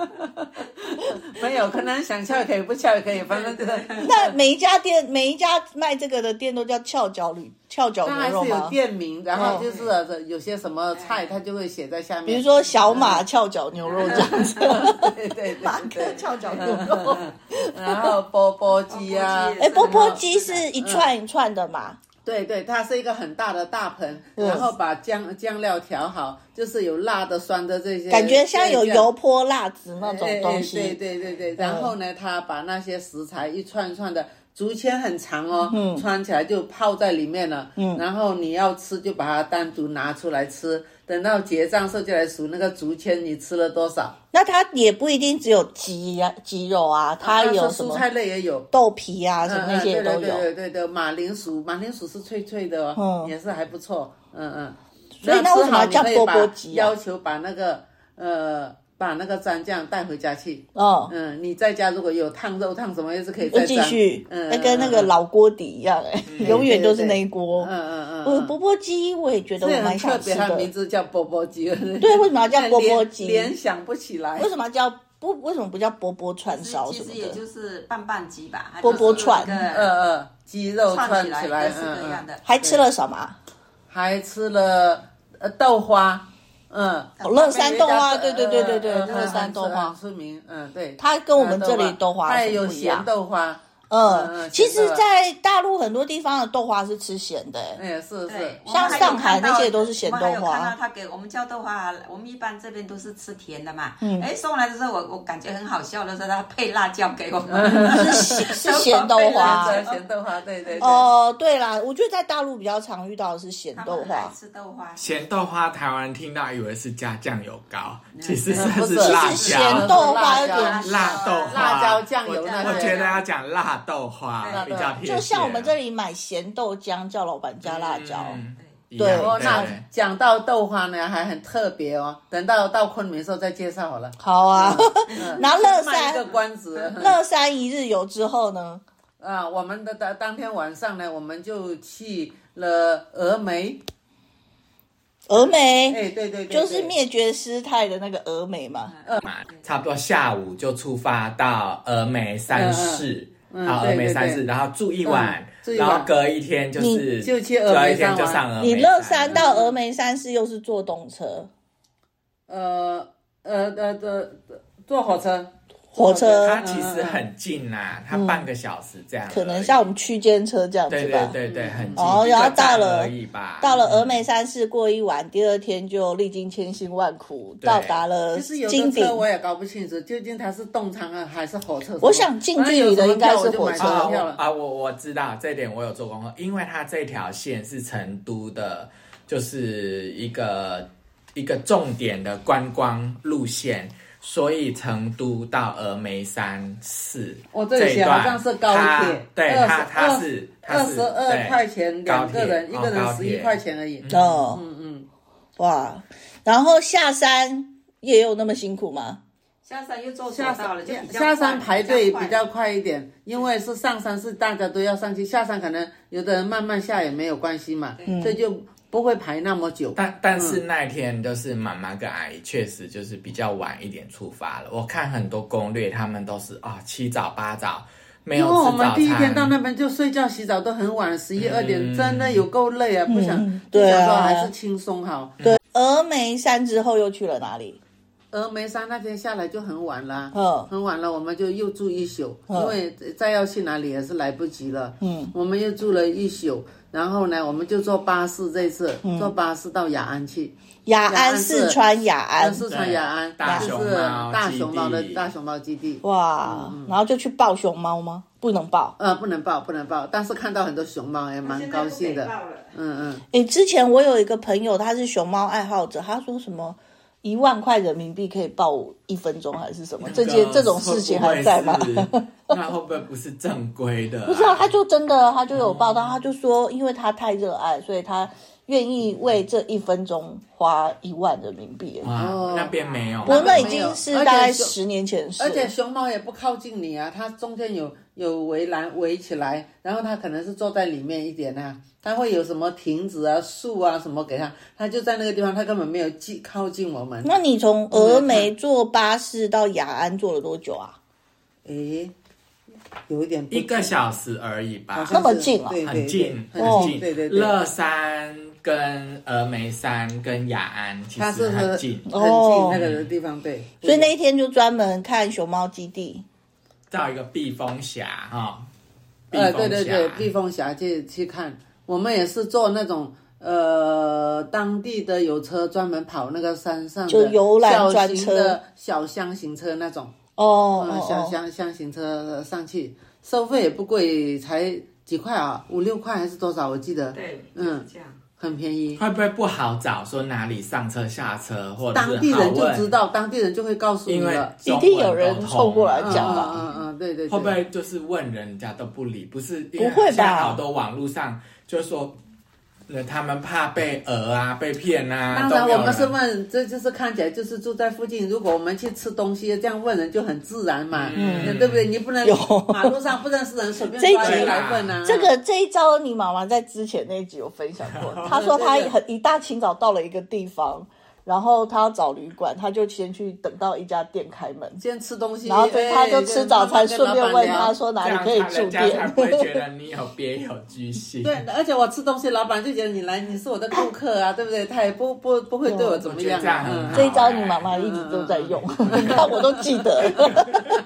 [SPEAKER 3] 没有，可能想翘也可以，不翘也可以，反正就是。
[SPEAKER 1] 那每一家店每一家卖这个的店都叫翘脚旅翘脚
[SPEAKER 3] 它还
[SPEAKER 1] 牛肉
[SPEAKER 3] 是有
[SPEAKER 1] 吗？哦
[SPEAKER 3] 店名，然后就是有些什么菜，它就会写在下面。
[SPEAKER 1] 比如说小马翘脚牛肉这样子，
[SPEAKER 3] 对，对对
[SPEAKER 1] 马克
[SPEAKER 3] 对，
[SPEAKER 1] 翘脚牛肉。
[SPEAKER 3] 然后钵钵鸡啊
[SPEAKER 4] 钵钵，鸡
[SPEAKER 1] 哎，钵钵鸡是一串一串的嘛？
[SPEAKER 3] 对对，它是一个很大的大盆，
[SPEAKER 1] 嗯
[SPEAKER 3] 然后把酱酱料调好，就是有辣的、酸的这些，
[SPEAKER 1] 感觉像有
[SPEAKER 3] 这样
[SPEAKER 1] 油泼辣子那种东
[SPEAKER 3] 哎哎
[SPEAKER 1] 西。
[SPEAKER 3] 对对对对，然后呢，他把那些食材一串一串的，竹签很长哦，
[SPEAKER 1] 嗯
[SPEAKER 3] 穿起来就泡在里面了。嗯，然后你要吃就把它单独拿出来吃，等到结账时候就来数那个竹签你吃了多少。
[SPEAKER 1] 那它也不一定只有鸡呀、鸡肉啊，它
[SPEAKER 3] 啊
[SPEAKER 1] 有
[SPEAKER 3] 说
[SPEAKER 1] 什
[SPEAKER 3] 蔬
[SPEAKER 1] 么
[SPEAKER 3] 菜类也有。
[SPEAKER 1] 豆皮啊，什么
[SPEAKER 3] 嗯
[SPEAKER 1] 那
[SPEAKER 3] 嗯，
[SPEAKER 1] 些也
[SPEAKER 3] 对
[SPEAKER 1] 都
[SPEAKER 3] 对对
[SPEAKER 1] 有。
[SPEAKER 3] 对对对，马铃薯，马铃薯是脆脆的哦，
[SPEAKER 1] 嗯
[SPEAKER 3] 也是还不错，嗯嗯。
[SPEAKER 1] 所 以那为什么要叫钵钵鸡啊
[SPEAKER 3] 要求把那个呃，把那个蘸酱带回家去。
[SPEAKER 1] 嗯，
[SPEAKER 3] 嗯，你在家如果有烫肉烫什么，也是可以
[SPEAKER 1] 就
[SPEAKER 3] 再
[SPEAKER 1] 继续，
[SPEAKER 3] 嗯，
[SPEAKER 1] 那跟那个老锅底一样，哎， 永远都是那一锅
[SPEAKER 3] 嗯。嗯嗯，
[SPEAKER 1] 呃，钵钵鸡我也觉得我蛮
[SPEAKER 3] 很特
[SPEAKER 1] 想吃
[SPEAKER 3] 别，它
[SPEAKER 1] 的。
[SPEAKER 3] 名字叫钵钵鸡。
[SPEAKER 1] 对，
[SPEAKER 3] 对
[SPEAKER 1] 为什么要叫钵钵鸡？
[SPEAKER 3] 联想不起来
[SPEAKER 1] 为。什么要叫不？为什么不叫钵钵串烧
[SPEAKER 4] 其
[SPEAKER 1] 什么
[SPEAKER 4] 实也
[SPEAKER 1] 的？
[SPEAKER 4] 就是拌拌鸡吧，
[SPEAKER 1] 波波串
[SPEAKER 3] 呃
[SPEAKER 4] 呃，
[SPEAKER 3] 呃，鸡肉
[SPEAKER 4] 串
[SPEAKER 3] 串
[SPEAKER 4] 起
[SPEAKER 3] 起
[SPEAKER 4] 来
[SPEAKER 3] 来，
[SPEAKER 4] 各式各样
[SPEAKER 3] 嗯嗯，
[SPEAKER 4] 的。
[SPEAKER 1] 还吃了什么啊？
[SPEAKER 3] 还吃了呃豆花，嗯，
[SPEAKER 1] 乐山豆花，对对对对对，
[SPEAKER 3] 嗯
[SPEAKER 1] 乐山豆花
[SPEAKER 3] 很。出名，嗯，对，
[SPEAKER 1] 它跟我们这里豆花
[SPEAKER 3] 它
[SPEAKER 1] 是
[SPEAKER 3] 也有
[SPEAKER 1] 不一样
[SPEAKER 3] 咸豆花，嗯
[SPEAKER 1] 嗯，
[SPEAKER 3] 嗯
[SPEAKER 1] 其实
[SPEAKER 3] 咸，的
[SPEAKER 1] 在大陆很多地方的豆花是吃咸的、欸，
[SPEAKER 3] 哎，是是
[SPEAKER 4] 对，，我
[SPEAKER 1] 像
[SPEAKER 4] 们还有
[SPEAKER 1] 上海
[SPEAKER 4] 看到
[SPEAKER 1] 那些都是咸豆花
[SPEAKER 4] 我们还有看到他给我们叫豆花，我们一般这边都是吃甜的嘛。嗯。哎，送来的时候我我感觉很好笑的是，他配辣椒给我们。
[SPEAKER 1] 是咸是咸豆花
[SPEAKER 4] 对。
[SPEAKER 3] 是咸豆花，对对
[SPEAKER 1] 啊
[SPEAKER 3] 对，
[SPEAKER 1] 哦，对啦，我觉得在大陆比较常遇到的是咸
[SPEAKER 4] 他们
[SPEAKER 1] 豆
[SPEAKER 4] 很爱
[SPEAKER 1] 花，
[SPEAKER 4] 吃豆花，
[SPEAKER 2] 咸豆花，台湾人听到以为是加酱油膏，其实
[SPEAKER 3] 嗯不
[SPEAKER 2] 是
[SPEAKER 3] 是
[SPEAKER 2] 辣
[SPEAKER 1] 是
[SPEAKER 2] 椒、
[SPEAKER 1] 咸豆花有点
[SPEAKER 3] 辣椒
[SPEAKER 2] 辣豆花、
[SPEAKER 3] 辣椒酱油
[SPEAKER 2] 我
[SPEAKER 3] 那
[SPEAKER 2] 我
[SPEAKER 3] 些
[SPEAKER 2] 觉得要讲辣豆花比
[SPEAKER 4] 对
[SPEAKER 2] 较贴切。
[SPEAKER 1] 就像我们这里买咸豆浆叫老板加辣椒，
[SPEAKER 2] 嗯一
[SPEAKER 1] 对
[SPEAKER 2] 样
[SPEAKER 3] 哦，那
[SPEAKER 2] 对
[SPEAKER 3] 讲到豆花呢，还很特别哦。等到到昆明的时候再介绍好了。
[SPEAKER 1] 好啊。然后乐
[SPEAKER 3] 嗯卖一个
[SPEAKER 1] 山
[SPEAKER 3] 关子。嗯
[SPEAKER 1] 乐山一日游之后呢，
[SPEAKER 3] 啊，我们的当当天晚上呢，我们就去了峨眉。
[SPEAKER 1] 峨眉
[SPEAKER 3] 哎，对对对，
[SPEAKER 1] 就是
[SPEAKER 3] 对。
[SPEAKER 1] 灭绝师太的那个峨眉嘛，
[SPEAKER 2] 嘛，差不多下午就出发到峨眉山市，
[SPEAKER 1] 嗯
[SPEAKER 2] 啊，峨眉山
[SPEAKER 3] 对对
[SPEAKER 2] 市，
[SPEAKER 3] 对
[SPEAKER 2] 然后住一晚
[SPEAKER 3] 嗯，住一
[SPEAKER 2] 然
[SPEAKER 3] 晚
[SPEAKER 2] 后隔一天就是
[SPEAKER 3] 你就去峨眉山玩
[SPEAKER 2] 隔一天就上峨
[SPEAKER 3] 嗯
[SPEAKER 2] 眉
[SPEAKER 1] 你乐山
[SPEAKER 2] 了
[SPEAKER 1] 到峨眉山是又是坐动车，
[SPEAKER 3] 呃呃呃呃，坐火车。
[SPEAKER 1] 火车
[SPEAKER 2] 它其实很近啦，它半个小时这样
[SPEAKER 3] 嗯
[SPEAKER 2] 而
[SPEAKER 1] 嗯
[SPEAKER 2] 已，
[SPEAKER 1] 可能像我们区间车这样子吧。
[SPEAKER 2] 对对对对，很近，
[SPEAKER 1] 哦
[SPEAKER 2] 一个
[SPEAKER 1] 然后到
[SPEAKER 2] 站
[SPEAKER 1] 了
[SPEAKER 2] 而已吧，嗯
[SPEAKER 1] 到了峨眉山市过一晚，第二天就历经千辛万苦
[SPEAKER 2] 对
[SPEAKER 1] 到达了
[SPEAKER 3] 就是有
[SPEAKER 1] 金
[SPEAKER 3] 的
[SPEAKER 1] 顶
[SPEAKER 3] 车。我也搞不清楚，究竟它是动舱啊还是火车什么。
[SPEAKER 1] 我想近距离的应该是火车哦
[SPEAKER 3] 反正有
[SPEAKER 2] 啊
[SPEAKER 3] 什么票我就买什么票
[SPEAKER 2] 我
[SPEAKER 3] 了。
[SPEAKER 2] 啊，我我知道这点，我有做功课，因为它这条线是成都的，就是一个一个重点的观光路线。所以成都到峨眉山市，
[SPEAKER 3] 我这
[SPEAKER 2] 这
[SPEAKER 3] 里
[SPEAKER 2] 一
[SPEAKER 3] 写
[SPEAKER 2] 段
[SPEAKER 3] 好像是高
[SPEAKER 2] 它
[SPEAKER 3] 铁，
[SPEAKER 2] 对
[SPEAKER 3] 二
[SPEAKER 2] 它
[SPEAKER 3] 十
[SPEAKER 2] 它是它
[SPEAKER 3] 二
[SPEAKER 2] 是
[SPEAKER 3] 十二
[SPEAKER 2] 对
[SPEAKER 3] 块钱
[SPEAKER 2] 高
[SPEAKER 3] 两
[SPEAKER 2] 铁
[SPEAKER 3] 个人，一
[SPEAKER 2] 哦
[SPEAKER 3] 个人
[SPEAKER 2] 高
[SPEAKER 3] 十
[SPEAKER 2] 铁
[SPEAKER 3] 一块钱而已。
[SPEAKER 1] 哦，
[SPEAKER 3] 嗯嗯，
[SPEAKER 1] 哇！然后下山也有那么辛苦吗？
[SPEAKER 4] 下山又坐
[SPEAKER 3] 下
[SPEAKER 4] 车到
[SPEAKER 3] 山
[SPEAKER 4] 了，就比较
[SPEAKER 3] 下山
[SPEAKER 4] 快
[SPEAKER 3] 排队比
[SPEAKER 4] 快
[SPEAKER 3] 较快一点，因为
[SPEAKER 1] 嗯
[SPEAKER 3] 是上山是大家都要上去，下山可能有的人慢慢下也没有关系嘛，这就不会排那么久。
[SPEAKER 2] 但但是那天就是妈妈跟阿姨确实就是比较晚一点出发了。我看很多攻略，他们都是啊、七早八早，没
[SPEAKER 3] 因
[SPEAKER 2] 有
[SPEAKER 3] 为我
[SPEAKER 2] 吃
[SPEAKER 3] 们
[SPEAKER 2] 早
[SPEAKER 3] 第一天到
[SPEAKER 2] 餐。嗯
[SPEAKER 3] 那边就睡觉、洗澡都很晚，十一二点，真的有够累啊！不想，就
[SPEAKER 1] 对啊
[SPEAKER 3] 想说还是轻松好。
[SPEAKER 1] 对，峨眉山之后又去了哪里？
[SPEAKER 3] 峨眉山那天下来就很晚了，
[SPEAKER 1] 嗯
[SPEAKER 3] 很晚了，我们就又住一宿，
[SPEAKER 1] 嗯
[SPEAKER 3] 因为再要去哪里也是来不及了。嗯，我们又住了一宿，然后呢，我们就坐巴士，这次、坐巴士到雅安去。
[SPEAKER 1] 嗯雅
[SPEAKER 3] 雅
[SPEAKER 1] 安，
[SPEAKER 3] 安
[SPEAKER 1] 四
[SPEAKER 3] 是
[SPEAKER 1] 川雅安，
[SPEAKER 3] 四川雅安，
[SPEAKER 2] 大
[SPEAKER 3] 就是
[SPEAKER 2] 熊猫
[SPEAKER 3] 大
[SPEAKER 2] 基
[SPEAKER 3] 熊猫的
[SPEAKER 2] 地
[SPEAKER 3] 大熊猫基地。
[SPEAKER 1] 哇，
[SPEAKER 3] 嗯
[SPEAKER 1] 然后就去抱熊猫吗？不能抱。
[SPEAKER 3] 呃，不能抱，不能抱，但是看到很多熊猫也蛮高兴的。嗯嗯，
[SPEAKER 1] 诶，之前我有一个朋友，他是熊猫爱好者，他说什么一万块人民币可以抱一分钟还是什
[SPEAKER 3] 嗯
[SPEAKER 1] 么？这些
[SPEAKER 3] 啊
[SPEAKER 1] 这种事情还在吗？
[SPEAKER 2] 啊会不会是 那会不会不是正规的啊、
[SPEAKER 1] 不是啊，他就真
[SPEAKER 3] 嗯
[SPEAKER 1] 的他就有报道，他就说，因为他太热爱，所以他愿意为这一分钟花一万人民币。
[SPEAKER 2] 哇，
[SPEAKER 3] 哦
[SPEAKER 2] 啊那边没有。
[SPEAKER 1] 我那已
[SPEAKER 3] 没
[SPEAKER 1] 经
[SPEAKER 3] 有
[SPEAKER 1] 是
[SPEAKER 3] 而且
[SPEAKER 1] 大概
[SPEAKER 3] 熊
[SPEAKER 1] 十年前的事
[SPEAKER 3] 而且熊猫也不靠近你啊，它中间有有围栏围起来，然后它可能是坐在里面一点啊，它会有什么亭子啊、树啊什么给它，它就在那个地方，它根本没有近靠近我们。
[SPEAKER 1] 那你从峨眉坐巴士到雅安坐了多久啊？
[SPEAKER 3] 诶，有一点不
[SPEAKER 2] 一个小时而已吧，
[SPEAKER 3] 好像
[SPEAKER 1] 那么
[SPEAKER 3] 是
[SPEAKER 1] 近啊
[SPEAKER 3] 对对
[SPEAKER 2] 很近
[SPEAKER 3] 对
[SPEAKER 2] 很
[SPEAKER 1] 哦
[SPEAKER 2] 近。
[SPEAKER 3] 对对对，
[SPEAKER 2] 乐山跟峨眉山跟雅安其
[SPEAKER 3] 它
[SPEAKER 2] 实
[SPEAKER 3] 是
[SPEAKER 2] 很近，
[SPEAKER 3] 很
[SPEAKER 1] 哦
[SPEAKER 3] 近那个地方，对。
[SPEAKER 1] 所以那一天就专门看熊猫基地。
[SPEAKER 2] 到一个避风峡哈。避
[SPEAKER 3] 呃，
[SPEAKER 2] 风
[SPEAKER 3] 对对
[SPEAKER 2] 峡
[SPEAKER 3] 对，避风峡去去看，我们也是坐那种呃当地的有车专门跑那个山上的
[SPEAKER 1] 就游览专车
[SPEAKER 3] 小型的小箱型车那种，
[SPEAKER 1] 哦
[SPEAKER 3] 呃
[SPEAKER 1] 哦
[SPEAKER 3] 小
[SPEAKER 1] 哦，
[SPEAKER 3] 箱箱型车上去，收费也不贵，才几块啊，五六块还是多少？我记得，
[SPEAKER 4] 对，
[SPEAKER 3] 嗯，
[SPEAKER 4] 这样。
[SPEAKER 3] 很便宜。
[SPEAKER 2] 会不会不好找？说哪里上车下车，或者是
[SPEAKER 3] 当地人
[SPEAKER 2] 好
[SPEAKER 3] 就
[SPEAKER 2] 问
[SPEAKER 3] 知，道，当地人就会告诉你
[SPEAKER 2] 因为
[SPEAKER 3] 了。
[SPEAKER 1] 一定有人凑过来
[SPEAKER 2] 中文都通
[SPEAKER 1] 讲吧
[SPEAKER 3] 嗯嗯嗯嗯，对对对。
[SPEAKER 2] 会不会就是问人家都不理？不是，因为
[SPEAKER 1] 不会吧
[SPEAKER 2] 现在好多网络上就说，呃，他们怕被讹啊、被骗啊。
[SPEAKER 3] 当然，
[SPEAKER 2] 都没有
[SPEAKER 3] 我们
[SPEAKER 2] 人
[SPEAKER 3] 是问，这就是看起来就是住在附近。如果我们去吃东西，这样问人就很自然嘛，
[SPEAKER 2] 嗯
[SPEAKER 3] 对不对？你不能
[SPEAKER 1] 有
[SPEAKER 3] 马路上不认识人随便
[SPEAKER 1] 这一
[SPEAKER 3] 抓
[SPEAKER 1] 集
[SPEAKER 3] 人来问啊。
[SPEAKER 1] 这个这一招你妈妈在之前那一集有分享过，她说她很一大清早到了一个地方，然后她要找旅馆，她就先去等到一家店开门，
[SPEAKER 3] 先吃东西，
[SPEAKER 1] 然后她就吃早餐，
[SPEAKER 3] 哎
[SPEAKER 1] 顺便问她。说
[SPEAKER 2] 这
[SPEAKER 1] 哪里
[SPEAKER 2] 样
[SPEAKER 1] 可以
[SPEAKER 2] 看
[SPEAKER 1] 住
[SPEAKER 2] 人家才
[SPEAKER 1] 店。
[SPEAKER 2] 不会觉得你有别有居心。
[SPEAKER 3] 跟老板聊 对，而且我吃东西，老板就觉得你来，你是我的顾客啊，对不对？他也不不不会对我怎么
[SPEAKER 2] 我觉得这样很
[SPEAKER 3] 嗯
[SPEAKER 2] 好
[SPEAKER 1] 这一招你妈妈一直都在用， 但我都记得。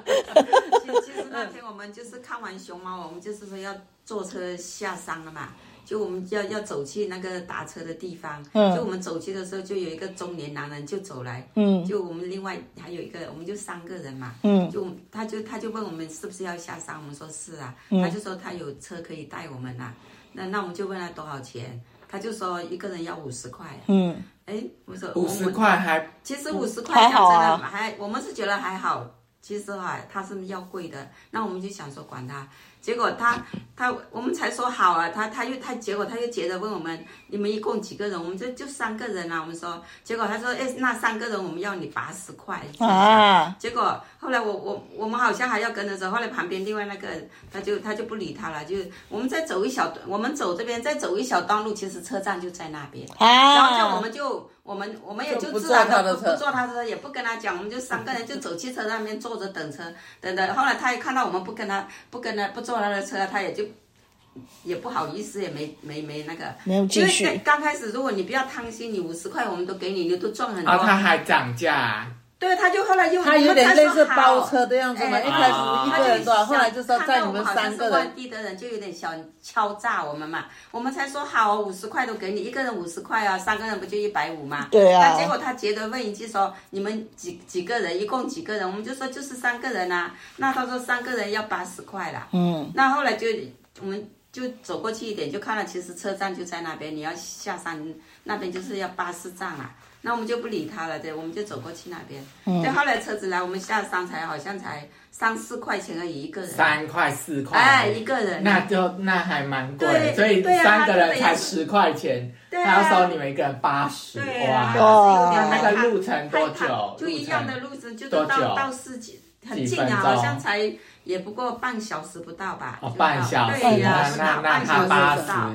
[SPEAKER 4] 其实其实那天我们就是看完熊猫，我们就是说要坐车下山了嘛，就我们要要走去那个打车的地方。
[SPEAKER 1] 嗯
[SPEAKER 4] 就我们走去的时候，就有一个中年男人就走来，
[SPEAKER 1] 嗯
[SPEAKER 4] 就我们另外还有一个，我们就三个人嘛，
[SPEAKER 1] 嗯
[SPEAKER 4] 就我们他就他就问我们是不是要下山，我们说是啊，
[SPEAKER 3] 嗯
[SPEAKER 4] 他就说他有车可以带我们啊，那那我们就问他多少钱，他就说一个人要五十块，
[SPEAKER 1] 嗯，
[SPEAKER 4] 哎，我说
[SPEAKER 2] 五
[SPEAKER 4] 我
[SPEAKER 2] 十
[SPEAKER 4] 们
[SPEAKER 2] 块还
[SPEAKER 4] 其实五十块
[SPEAKER 1] 还
[SPEAKER 4] 讲
[SPEAKER 1] 好
[SPEAKER 4] 真
[SPEAKER 1] 啊
[SPEAKER 4] 的还，我们是觉得还好。其实哈、他是要贵的，那我们就想说管他。结果他他我们才说好啊，他他又他结果他又接着问我们，你们一共几个人？我们就就三个人啊。我们说，结果他说，哎，那三个人我们要你八十块。
[SPEAKER 1] 啊，
[SPEAKER 4] 结果后来我我我们好像还要跟着走，后来旁边另外那个他就他就不理他了，就我们再走一小段，我们走这边再走一小段路，其实车站就在那边。然后就我
[SPEAKER 1] 啊，
[SPEAKER 4] 们就我们我们也
[SPEAKER 3] 就
[SPEAKER 4] 就
[SPEAKER 3] 不
[SPEAKER 4] 自然
[SPEAKER 3] 坐他
[SPEAKER 4] 的
[SPEAKER 3] 的
[SPEAKER 4] 不
[SPEAKER 3] 车
[SPEAKER 4] 不坐他的车，也不跟他讲，我们就三个人就走汽车那边坐着等车，等等。后来他也看到我们不跟他不跟他不坐他的车，他也就也不好意思，也没没没那个。
[SPEAKER 1] 没有
[SPEAKER 4] 因
[SPEAKER 1] 继
[SPEAKER 4] 为在
[SPEAKER 1] 续。
[SPEAKER 4] 刚开始，如果你不要贪心，你五十块我们都给你，你都赚很多。
[SPEAKER 2] 啊，他还涨价，
[SPEAKER 4] 对，他就后来又
[SPEAKER 3] 他有点类似包车的样
[SPEAKER 4] 我
[SPEAKER 3] 子嘛，
[SPEAKER 4] 们看
[SPEAKER 3] 一
[SPEAKER 4] 说
[SPEAKER 2] 哎
[SPEAKER 3] 开始
[SPEAKER 4] 好哎
[SPEAKER 3] 一个人多少，后来就说
[SPEAKER 4] 看
[SPEAKER 3] 在
[SPEAKER 4] 到
[SPEAKER 3] 你
[SPEAKER 4] 我
[SPEAKER 3] 们
[SPEAKER 4] 好像
[SPEAKER 3] 三
[SPEAKER 4] 是
[SPEAKER 3] 个人
[SPEAKER 4] 外。地的人就有点想敲诈我们嘛，我们才说好哦五十块都给你，一个人五十块啊，三个人不就一百五嘛？
[SPEAKER 1] 对啊
[SPEAKER 4] 那结果他觉得问一句说你们几几个人，一共几个人？我们就说就是三个人啊。那他说三个人要八十块啦。
[SPEAKER 1] 嗯，
[SPEAKER 4] 那后来就我们就走过去一点，就看到其实车站就在那边，你要下山那边就是要巴士站啦、啊那我们就不理他了，对，我们就走过去那边。对，后来车子来，我们下山才好像才三四块钱而已一个人。
[SPEAKER 2] 三块四块，
[SPEAKER 4] 哎，一个人。
[SPEAKER 2] 那就那还蛮贵的，
[SPEAKER 4] 对
[SPEAKER 2] 所以
[SPEAKER 4] 对啊
[SPEAKER 2] 三个人
[SPEAKER 4] 他
[SPEAKER 2] 才
[SPEAKER 4] 就
[SPEAKER 2] 十块钱，
[SPEAKER 4] 对
[SPEAKER 2] 他
[SPEAKER 4] 啊
[SPEAKER 2] 要收你们一个人八十，
[SPEAKER 4] 对啊，
[SPEAKER 2] 哇！
[SPEAKER 1] 哇
[SPEAKER 2] 那
[SPEAKER 4] 还是有点害
[SPEAKER 2] 个
[SPEAKER 4] 怕
[SPEAKER 2] 路程多久
[SPEAKER 4] 害怕就一样的路程，就都
[SPEAKER 2] 多久
[SPEAKER 4] 到到市集，很近
[SPEAKER 2] 几分
[SPEAKER 4] 啊，
[SPEAKER 2] 钟
[SPEAKER 4] 好像才也不过半小时不到吧。啊
[SPEAKER 2] 哦
[SPEAKER 4] 就，到
[SPEAKER 2] 半小时，
[SPEAKER 4] 对呀、
[SPEAKER 2] 那
[SPEAKER 4] 不
[SPEAKER 2] 那
[SPEAKER 4] 到
[SPEAKER 2] 那
[SPEAKER 4] 半
[SPEAKER 2] 他
[SPEAKER 4] 小
[SPEAKER 2] 八
[SPEAKER 4] 时不到。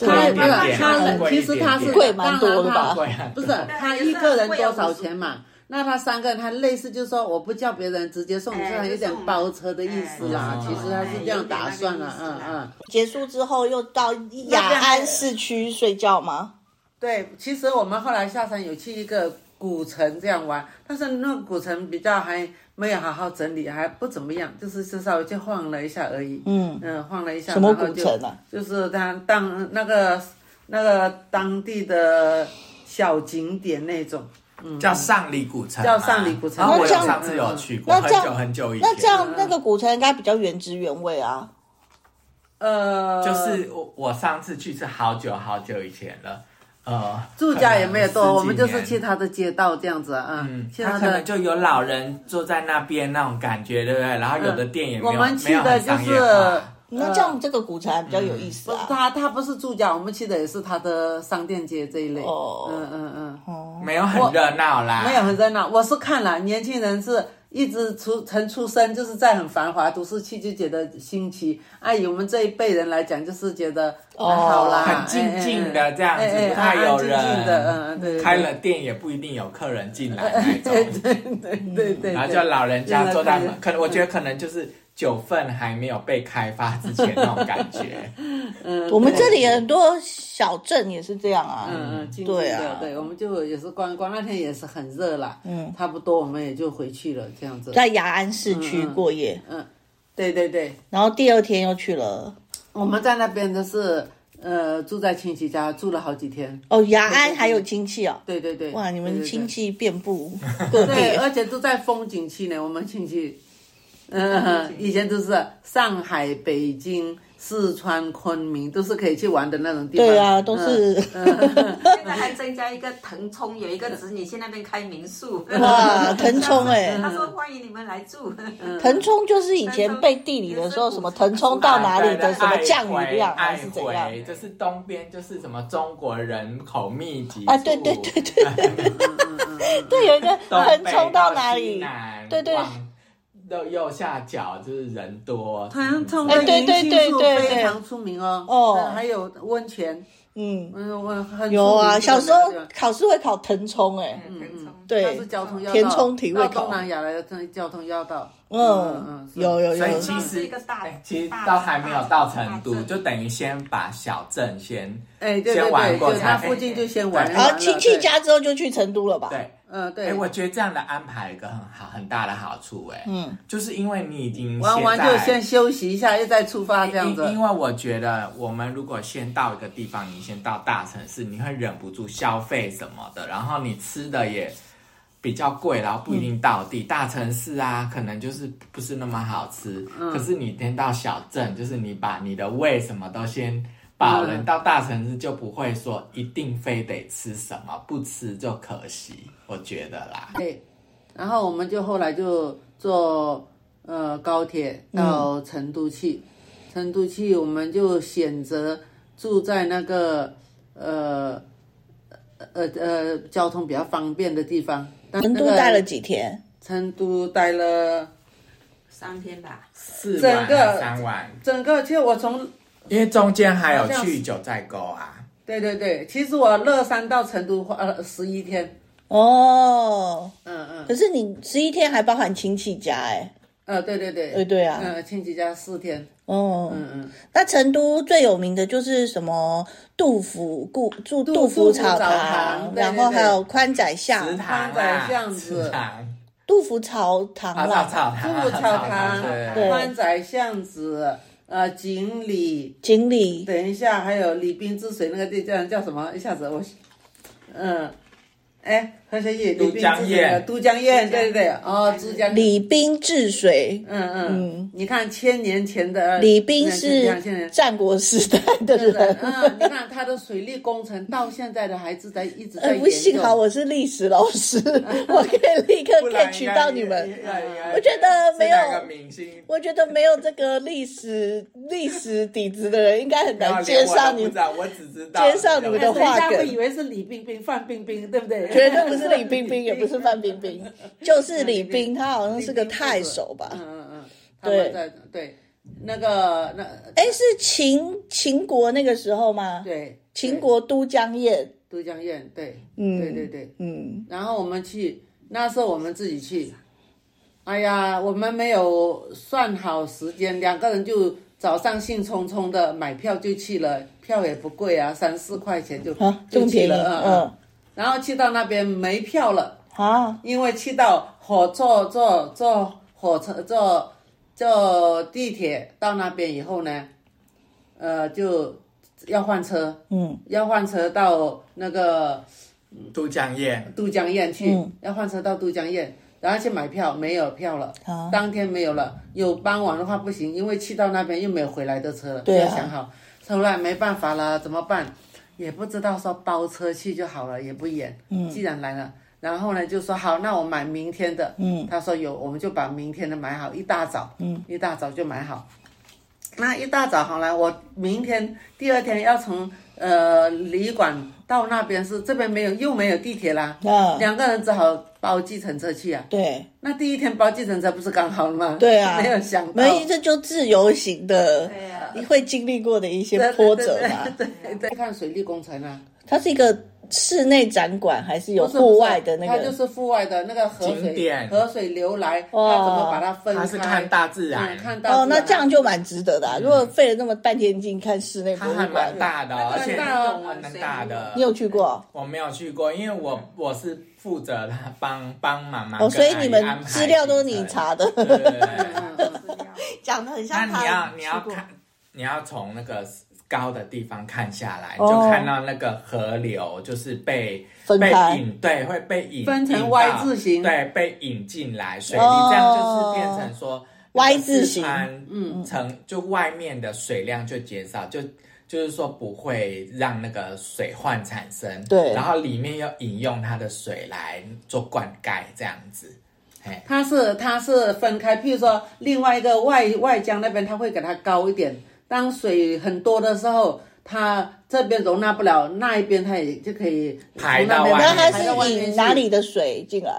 [SPEAKER 2] 十贵
[SPEAKER 3] 他
[SPEAKER 2] 一点
[SPEAKER 3] 他
[SPEAKER 2] 点
[SPEAKER 3] 他人
[SPEAKER 2] 贵一
[SPEAKER 3] 其实他是
[SPEAKER 2] 点点
[SPEAKER 1] 贵蛮多的吧
[SPEAKER 2] 贵啊
[SPEAKER 3] 不是啊他一个人多少钱嘛？那他三个人，他类似就是说我不叫别人直接送哎你，
[SPEAKER 4] 哎
[SPEAKER 3] 这样有点包车的意思啦。
[SPEAKER 2] 就
[SPEAKER 3] 其
[SPEAKER 2] 送
[SPEAKER 3] 实他是这样打算啦，
[SPEAKER 4] 哎有点那个意思啦
[SPEAKER 3] 嗯嗯。
[SPEAKER 1] 结束之后又到雅安市区睡觉吗？
[SPEAKER 3] 对，其实我们后来下山有去一个古城这样玩，但是那个古城比较还没有好好整理，还不怎么样，就是是稍微去晃了一下而已。
[SPEAKER 1] 嗯，
[SPEAKER 3] 嗯，晃了一下。
[SPEAKER 1] 什么
[SPEAKER 3] 然后
[SPEAKER 1] 古
[SPEAKER 3] 就
[SPEAKER 1] 城啊？
[SPEAKER 3] 就是他当那个那个当地的小景点那种。
[SPEAKER 2] 叫上里古城嘛，
[SPEAKER 3] 叫上里古城
[SPEAKER 2] 然后我
[SPEAKER 1] 那这样
[SPEAKER 2] 有上次有去过，
[SPEAKER 1] 那
[SPEAKER 2] 很
[SPEAKER 1] 这样
[SPEAKER 2] 久很久以前。
[SPEAKER 1] 那这样那个古城应该比较原汁原味啊。
[SPEAKER 3] 呃，
[SPEAKER 2] 就是我我上次去是好久好久以前了，呃，
[SPEAKER 3] 住家也没有多，
[SPEAKER 2] 可能
[SPEAKER 3] 我们就是
[SPEAKER 2] 十几
[SPEAKER 3] 去
[SPEAKER 2] 年。
[SPEAKER 3] 他的街道这样子啊，
[SPEAKER 2] 嗯，
[SPEAKER 3] 去
[SPEAKER 2] 他可
[SPEAKER 3] 的
[SPEAKER 2] 能就有老人坐在那边那种感觉，对不对？然后有的店也没有，
[SPEAKER 3] 我们去
[SPEAKER 2] 没有
[SPEAKER 3] 的
[SPEAKER 2] 很
[SPEAKER 3] 就
[SPEAKER 2] 商
[SPEAKER 3] 是
[SPEAKER 2] 业化
[SPEAKER 1] 那这样这个古城还比较有意思
[SPEAKER 3] 不是
[SPEAKER 1] 啊。
[SPEAKER 3] 他，他不是住家，我们去的也是他的商店街这一类。
[SPEAKER 1] 哦
[SPEAKER 3] 嗯嗯嗯，
[SPEAKER 1] 哦，
[SPEAKER 2] 没有很热闹啦，
[SPEAKER 3] 没有很热闹。我是看了年轻人是一直出从出生就是在很繁华都市区就觉得新奇，啊，以我们这一辈人来讲，就是觉得
[SPEAKER 1] 哦
[SPEAKER 3] 还好啦，
[SPEAKER 2] 很静静的
[SPEAKER 3] 哎哎
[SPEAKER 2] 这样子
[SPEAKER 3] 哎哎
[SPEAKER 2] 不太
[SPEAKER 3] 安安
[SPEAKER 2] 有
[SPEAKER 3] 静静的，
[SPEAKER 2] 人
[SPEAKER 3] 嗯嗯，对，对
[SPEAKER 2] 开了店也不一定有客人进来那
[SPEAKER 3] 对
[SPEAKER 2] 种。
[SPEAKER 3] 对对对对，
[SPEAKER 2] 嗯然后就老人家坐在
[SPEAKER 3] 对对
[SPEAKER 2] 门，可能我觉得可能就是九份还没有被开发之前那种感觉。
[SPEAKER 1] 我们这里很多小镇也是这样啊。
[SPEAKER 3] 嗯嗯，进
[SPEAKER 1] 对
[SPEAKER 3] 入
[SPEAKER 1] 啊
[SPEAKER 3] 的对，我们就也是观光，那天也是很热啦，
[SPEAKER 1] 嗯，
[SPEAKER 3] 差不多我们也就回去了这样子。
[SPEAKER 1] 在雅安市区
[SPEAKER 3] 嗯嗯
[SPEAKER 1] 过夜，
[SPEAKER 3] 对对对，
[SPEAKER 1] 然后第二天又去了
[SPEAKER 3] 我们在那边的是呃住在亲戚家住了好几天，
[SPEAKER 1] 哦，雅安还有亲戚哦。
[SPEAKER 3] 对对对，
[SPEAKER 1] 哇，你
[SPEAKER 3] 对
[SPEAKER 1] 们
[SPEAKER 3] 对
[SPEAKER 1] 亲
[SPEAKER 3] 对
[SPEAKER 1] 戚遍布各
[SPEAKER 3] 对
[SPEAKER 1] 地，
[SPEAKER 3] 而且都在风景区呢，我们亲戚，嗯、以前都是上海、北京、四川、昆明都是可以去玩的那种地方。嗯
[SPEAKER 1] 对啊，都是、
[SPEAKER 4] 现在还增加一个腾冲，有一个子女去那边开民宿。
[SPEAKER 1] 哇腾冲哎
[SPEAKER 4] 他说欢迎你们来住。嗯
[SPEAKER 1] 腾冲，就是以前背地理的时候，什么腾冲到哪里的什么降雨量还
[SPEAKER 2] 爱回
[SPEAKER 1] 是
[SPEAKER 3] 哎
[SPEAKER 1] 怎样
[SPEAKER 2] 爱？回就是东边就是什么中国人口密集
[SPEAKER 1] 啊
[SPEAKER 2] 处
[SPEAKER 1] 对对对对对，有一个
[SPEAKER 2] 东
[SPEAKER 1] 腾
[SPEAKER 2] 北
[SPEAKER 1] 冲
[SPEAKER 2] 到
[SPEAKER 1] 哪
[SPEAKER 2] 西
[SPEAKER 1] 里？
[SPEAKER 2] 南
[SPEAKER 1] 对对
[SPEAKER 2] 往右右下角就是人多，
[SPEAKER 3] 腾冲
[SPEAKER 1] 哎
[SPEAKER 3] 的
[SPEAKER 1] 对
[SPEAKER 3] 银
[SPEAKER 1] 对
[SPEAKER 3] 杏
[SPEAKER 1] 对
[SPEAKER 3] 树
[SPEAKER 1] 对
[SPEAKER 3] 非
[SPEAKER 1] 对
[SPEAKER 3] 常出名哦，
[SPEAKER 1] 哦
[SPEAKER 3] 嗯还有温泉，
[SPEAKER 1] 嗯，
[SPEAKER 3] 嗯，我很
[SPEAKER 1] 有啊，
[SPEAKER 3] 出名
[SPEAKER 1] 小
[SPEAKER 3] 的
[SPEAKER 1] 时候
[SPEAKER 3] 那个地方
[SPEAKER 1] 考试会考腾冲，哎，
[SPEAKER 4] 嗯腾冲
[SPEAKER 3] 它
[SPEAKER 1] 对
[SPEAKER 3] 是，交通要道，
[SPEAKER 1] 填充体位
[SPEAKER 3] 到
[SPEAKER 1] 考
[SPEAKER 3] 东南亚来的交交通要道。
[SPEAKER 1] 嗯，有有
[SPEAKER 2] 所以
[SPEAKER 1] 有，
[SPEAKER 2] 其
[SPEAKER 4] 是
[SPEAKER 2] 实
[SPEAKER 4] 一个大
[SPEAKER 2] 哎其实
[SPEAKER 4] 大
[SPEAKER 2] 都还没有到
[SPEAKER 4] 大
[SPEAKER 2] 成都，
[SPEAKER 4] 镇
[SPEAKER 2] 就等于先把小镇先
[SPEAKER 3] 哎，对对
[SPEAKER 2] 先玩
[SPEAKER 3] 对，
[SPEAKER 2] 过
[SPEAKER 3] 就
[SPEAKER 2] 才
[SPEAKER 3] 那附近就先玩一玩
[SPEAKER 1] 然
[SPEAKER 3] 了。
[SPEAKER 1] 后亲戚
[SPEAKER 3] 对，
[SPEAKER 1] 家之后就去成都了吧？
[SPEAKER 2] 对。
[SPEAKER 3] 嗯，
[SPEAKER 2] 哎、
[SPEAKER 3] 对，
[SPEAKER 2] 我觉得这样的安排有一个很好很大的好处、哎，
[SPEAKER 1] 嗯，
[SPEAKER 2] 就是因为你已经
[SPEAKER 3] 玩完就
[SPEAKER 2] 在
[SPEAKER 3] 先休息一下，又再出发
[SPEAKER 2] 因
[SPEAKER 3] 这样子。
[SPEAKER 2] 因为我觉得，我们如果先到一个地方，你先到大城市，你会忍不住消费什么的，然后你吃的也比较贵，然后不一定到地。大城市
[SPEAKER 3] 嗯
[SPEAKER 2] 啊，可能就是不是那么好吃。可是你先到小镇，就是你把你的胃什么都先。饱了，
[SPEAKER 3] 嗯
[SPEAKER 2] 你到大城市就不会说一定非得吃什么，不吃就可惜，我觉得啦。
[SPEAKER 3] 对，然后我们就后来就坐呃高铁到成都去，成都去我们就选择住在那个呃呃呃交通比较方便的地方。但
[SPEAKER 1] 成都
[SPEAKER 3] 那个
[SPEAKER 1] 待了几天？
[SPEAKER 3] 成都待了
[SPEAKER 4] 三天 吧，
[SPEAKER 2] 四
[SPEAKER 3] 整
[SPEAKER 2] 碗
[SPEAKER 3] 个
[SPEAKER 2] 还三碗，
[SPEAKER 3] 整个，其实我从
[SPEAKER 2] 因为中间还有
[SPEAKER 3] 好像
[SPEAKER 2] 去九寨沟啊。
[SPEAKER 3] 对对对，其实我乐山到成都花了十一天，
[SPEAKER 1] 哦，
[SPEAKER 3] 嗯嗯，
[SPEAKER 1] 可是你十一天还包含亲戚家，哎，
[SPEAKER 3] 呃对对对，
[SPEAKER 1] 对对啊
[SPEAKER 3] 嗯亲戚家四天，
[SPEAKER 1] 哦，
[SPEAKER 3] 嗯嗯，
[SPEAKER 1] 那成都最有名的就是什么杜甫故住杜甫草
[SPEAKER 3] 杜甫草堂对
[SPEAKER 1] 然后
[SPEAKER 3] 对对
[SPEAKER 1] 还有宽窄巷、
[SPEAKER 2] 池塘
[SPEAKER 3] 宽
[SPEAKER 2] 啊，
[SPEAKER 3] 窄巷子
[SPEAKER 2] 池塘
[SPEAKER 1] 杜甫草堂
[SPEAKER 2] 啊，草
[SPEAKER 1] 啦、
[SPEAKER 2] 草堂啊，
[SPEAKER 3] 杜甫草堂
[SPEAKER 1] 嗯 对
[SPEAKER 2] 对，
[SPEAKER 3] 宽窄巷子，呃锦里，
[SPEAKER 1] 锦里，
[SPEAKER 3] 等一下，还有李冰之水那个地叫叫什么？一下子我，嗯，哎，何小姐，李
[SPEAKER 2] 都
[SPEAKER 3] 冰
[SPEAKER 2] 江
[SPEAKER 3] 之水
[SPEAKER 2] 堰
[SPEAKER 3] 的都江堰，对对对，哦，珠江，
[SPEAKER 1] 李冰治水。
[SPEAKER 3] 嗯
[SPEAKER 1] 嗯
[SPEAKER 3] 嗯，你看千年前的
[SPEAKER 1] 李冰
[SPEAKER 3] 两千
[SPEAKER 1] 是
[SPEAKER 3] 年。
[SPEAKER 1] 战国时代的
[SPEAKER 3] 是的，
[SPEAKER 1] 人。
[SPEAKER 3] 嗯，你看他的水利工程到现在的还是在一直在
[SPEAKER 1] 呃，
[SPEAKER 3] 研
[SPEAKER 1] 不
[SPEAKER 3] 究。
[SPEAKER 1] 幸好我是历史老师，我可以立刻
[SPEAKER 2] 不然
[SPEAKER 1] catch 到你们。
[SPEAKER 2] 应该，应该
[SPEAKER 1] 我觉得没有
[SPEAKER 2] 是哪个明星
[SPEAKER 1] 我觉得没有这个历史历史底子的人，应该很
[SPEAKER 2] 然后
[SPEAKER 1] 难
[SPEAKER 2] 啊连
[SPEAKER 1] 接
[SPEAKER 2] 我都
[SPEAKER 1] 上
[SPEAKER 2] 不
[SPEAKER 1] 你
[SPEAKER 2] 知。道，我只知道
[SPEAKER 1] 接上你们的
[SPEAKER 3] 哎人
[SPEAKER 1] 话
[SPEAKER 3] 家
[SPEAKER 1] 梗
[SPEAKER 3] 会以为是李冰冰、范冰冰，对不对？
[SPEAKER 1] 绝对不是李冰冰，也不是范冰冰，就是李
[SPEAKER 3] 李
[SPEAKER 1] 冰，
[SPEAKER 3] 冰
[SPEAKER 1] 他好像是个太守吧？
[SPEAKER 3] 嗯嗯嗯，他
[SPEAKER 1] 对
[SPEAKER 3] 们在对。那个那
[SPEAKER 1] 哎，是秦秦国那个时候吗？，
[SPEAKER 3] 对
[SPEAKER 1] 秦国都江堰。
[SPEAKER 3] 都江堰，对，
[SPEAKER 1] 嗯，
[SPEAKER 3] 对对对。
[SPEAKER 1] 嗯，
[SPEAKER 3] 然后我们去，那时候我们自己去，哎呀，我们没有算好时间，两个人就早上兴冲冲的买票就去了，票也不贵啊，三四块钱就
[SPEAKER 1] 啊，这么
[SPEAKER 3] 就去
[SPEAKER 1] 便宜，
[SPEAKER 3] 了，嗯嗯
[SPEAKER 1] 嗯。，
[SPEAKER 3] 然后去到那边没票了。
[SPEAKER 1] 啊，
[SPEAKER 3] 因为去到火坐坐坐火车坐坐地铁到那边以后呢，呃，就要换车，
[SPEAKER 1] 嗯，
[SPEAKER 3] 要换车到那个
[SPEAKER 2] 都江堰，
[SPEAKER 3] 都江堰去，
[SPEAKER 1] 嗯
[SPEAKER 3] 要换车到都江堰，然后去买票，没有票了，
[SPEAKER 1] 啊
[SPEAKER 3] 当天没有了，有傍晚的话不行，因为去到那边又没有回来的车了，
[SPEAKER 1] 对啊
[SPEAKER 3] 要想好，后来没办法了，怎么办？也不知道说包车去就好了，也不远，嗯，既然来了。然后呢，就说好，那我买明天的。嗯，他说有，我们就把明天的买好，一大早，嗯，一大早就买好。那一大早好了，我明天第二天要从呃旅馆到那边是这边没有又没有地铁啦，
[SPEAKER 1] 啊
[SPEAKER 3] 两个人只好包计程车去啊。
[SPEAKER 1] 对
[SPEAKER 3] 那第一天包计程车不是刚好了吗？
[SPEAKER 1] 对啊，
[SPEAKER 3] 没有想到，
[SPEAKER 1] 没这就自由行的
[SPEAKER 4] 对啊，
[SPEAKER 1] 你会经历过的一些
[SPEAKER 3] 对
[SPEAKER 1] 波折嘛。
[SPEAKER 3] 对对对，看水利工程啊，
[SPEAKER 1] 它是一个室内展馆，还是有
[SPEAKER 3] 不是不是
[SPEAKER 1] 户外的那
[SPEAKER 3] 它就
[SPEAKER 1] 个？
[SPEAKER 3] 是户外的那个河
[SPEAKER 2] 景
[SPEAKER 3] 水，
[SPEAKER 2] 点
[SPEAKER 3] 河水流来，它怎
[SPEAKER 1] 哇
[SPEAKER 3] 么把它分开？
[SPEAKER 2] 它是看大自然
[SPEAKER 3] 嗯，看到嗯
[SPEAKER 1] 哦，那这样就蛮值得的啊、如果费了那么半天劲看室内博
[SPEAKER 2] 它还
[SPEAKER 1] 物馆
[SPEAKER 2] 蛮，大的哦，
[SPEAKER 3] 那个
[SPEAKER 2] 而且
[SPEAKER 3] 大哦
[SPEAKER 2] 还蛮大的。
[SPEAKER 1] 你有去过？
[SPEAKER 2] 我没有去过，因为我我是负责他帮帮妈妈跟阿姨安排
[SPEAKER 1] 哦，
[SPEAKER 2] 行程。
[SPEAKER 1] 所以你们资料都是你查的，
[SPEAKER 2] 对。对对对
[SPEAKER 1] 讲的很
[SPEAKER 2] 那
[SPEAKER 1] 像
[SPEAKER 2] 你
[SPEAKER 1] 他
[SPEAKER 2] 要
[SPEAKER 1] 有
[SPEAKER 2] 你
[SPEAKER 1] 去
[SPEAKER 2] 要
[SPEAKER 1] 过
[SPEAKER 2] 看，你要从那个高的地方看下来，
[SPEAKER 1] 哦
[SPEAKER 2] 就看到那个河流就是被
[SPEAKER 1] 分
[SPEAKER 2] 被
[SPEAKER 1] 开
[SPEAKER 2] 引，对，会被引
[SPEAKER 3] 分成
[SPEAKER 2] 引到
[SPEAKER 3] Y 字形
[SPEAKER 2] 对，被引进来水利，
[SPEAKER 1] 哦
[SPEAKER 2] 这样就是变成说
[SPEAKER 1] Y 字形
[SPEAKER 2] 嗯，成就外面的水量就减少，就。就是说不会让那个水患产生，
[SPEAKER 1] 对
[SPEAKER 2] 然后里面要引用它的水来做灌溉这样子，哎，
[SPEAKER 3] 它是它是分开，譬如说另外一个外外江那边，它会给它高一点。当水很多的时候，它这边容纳不了，那一边它也就可以
[SPEAKER 2] 排
[SPEAKER 3] 从那
[SPEAKER 2] 到
[SPEAKER 3] 边
[SPEAKER 2] 外
[SPEAKER 1] 那
[SPEAKER 2] 面
[SPEAKER 1] 他
[SPEAKER 2] 还
[SPEAKER 3] 排到外
[SPEAKER 1] 是
[SPEAKER 3] 面去
[SPEAKER 1] 引哪里？的水进来？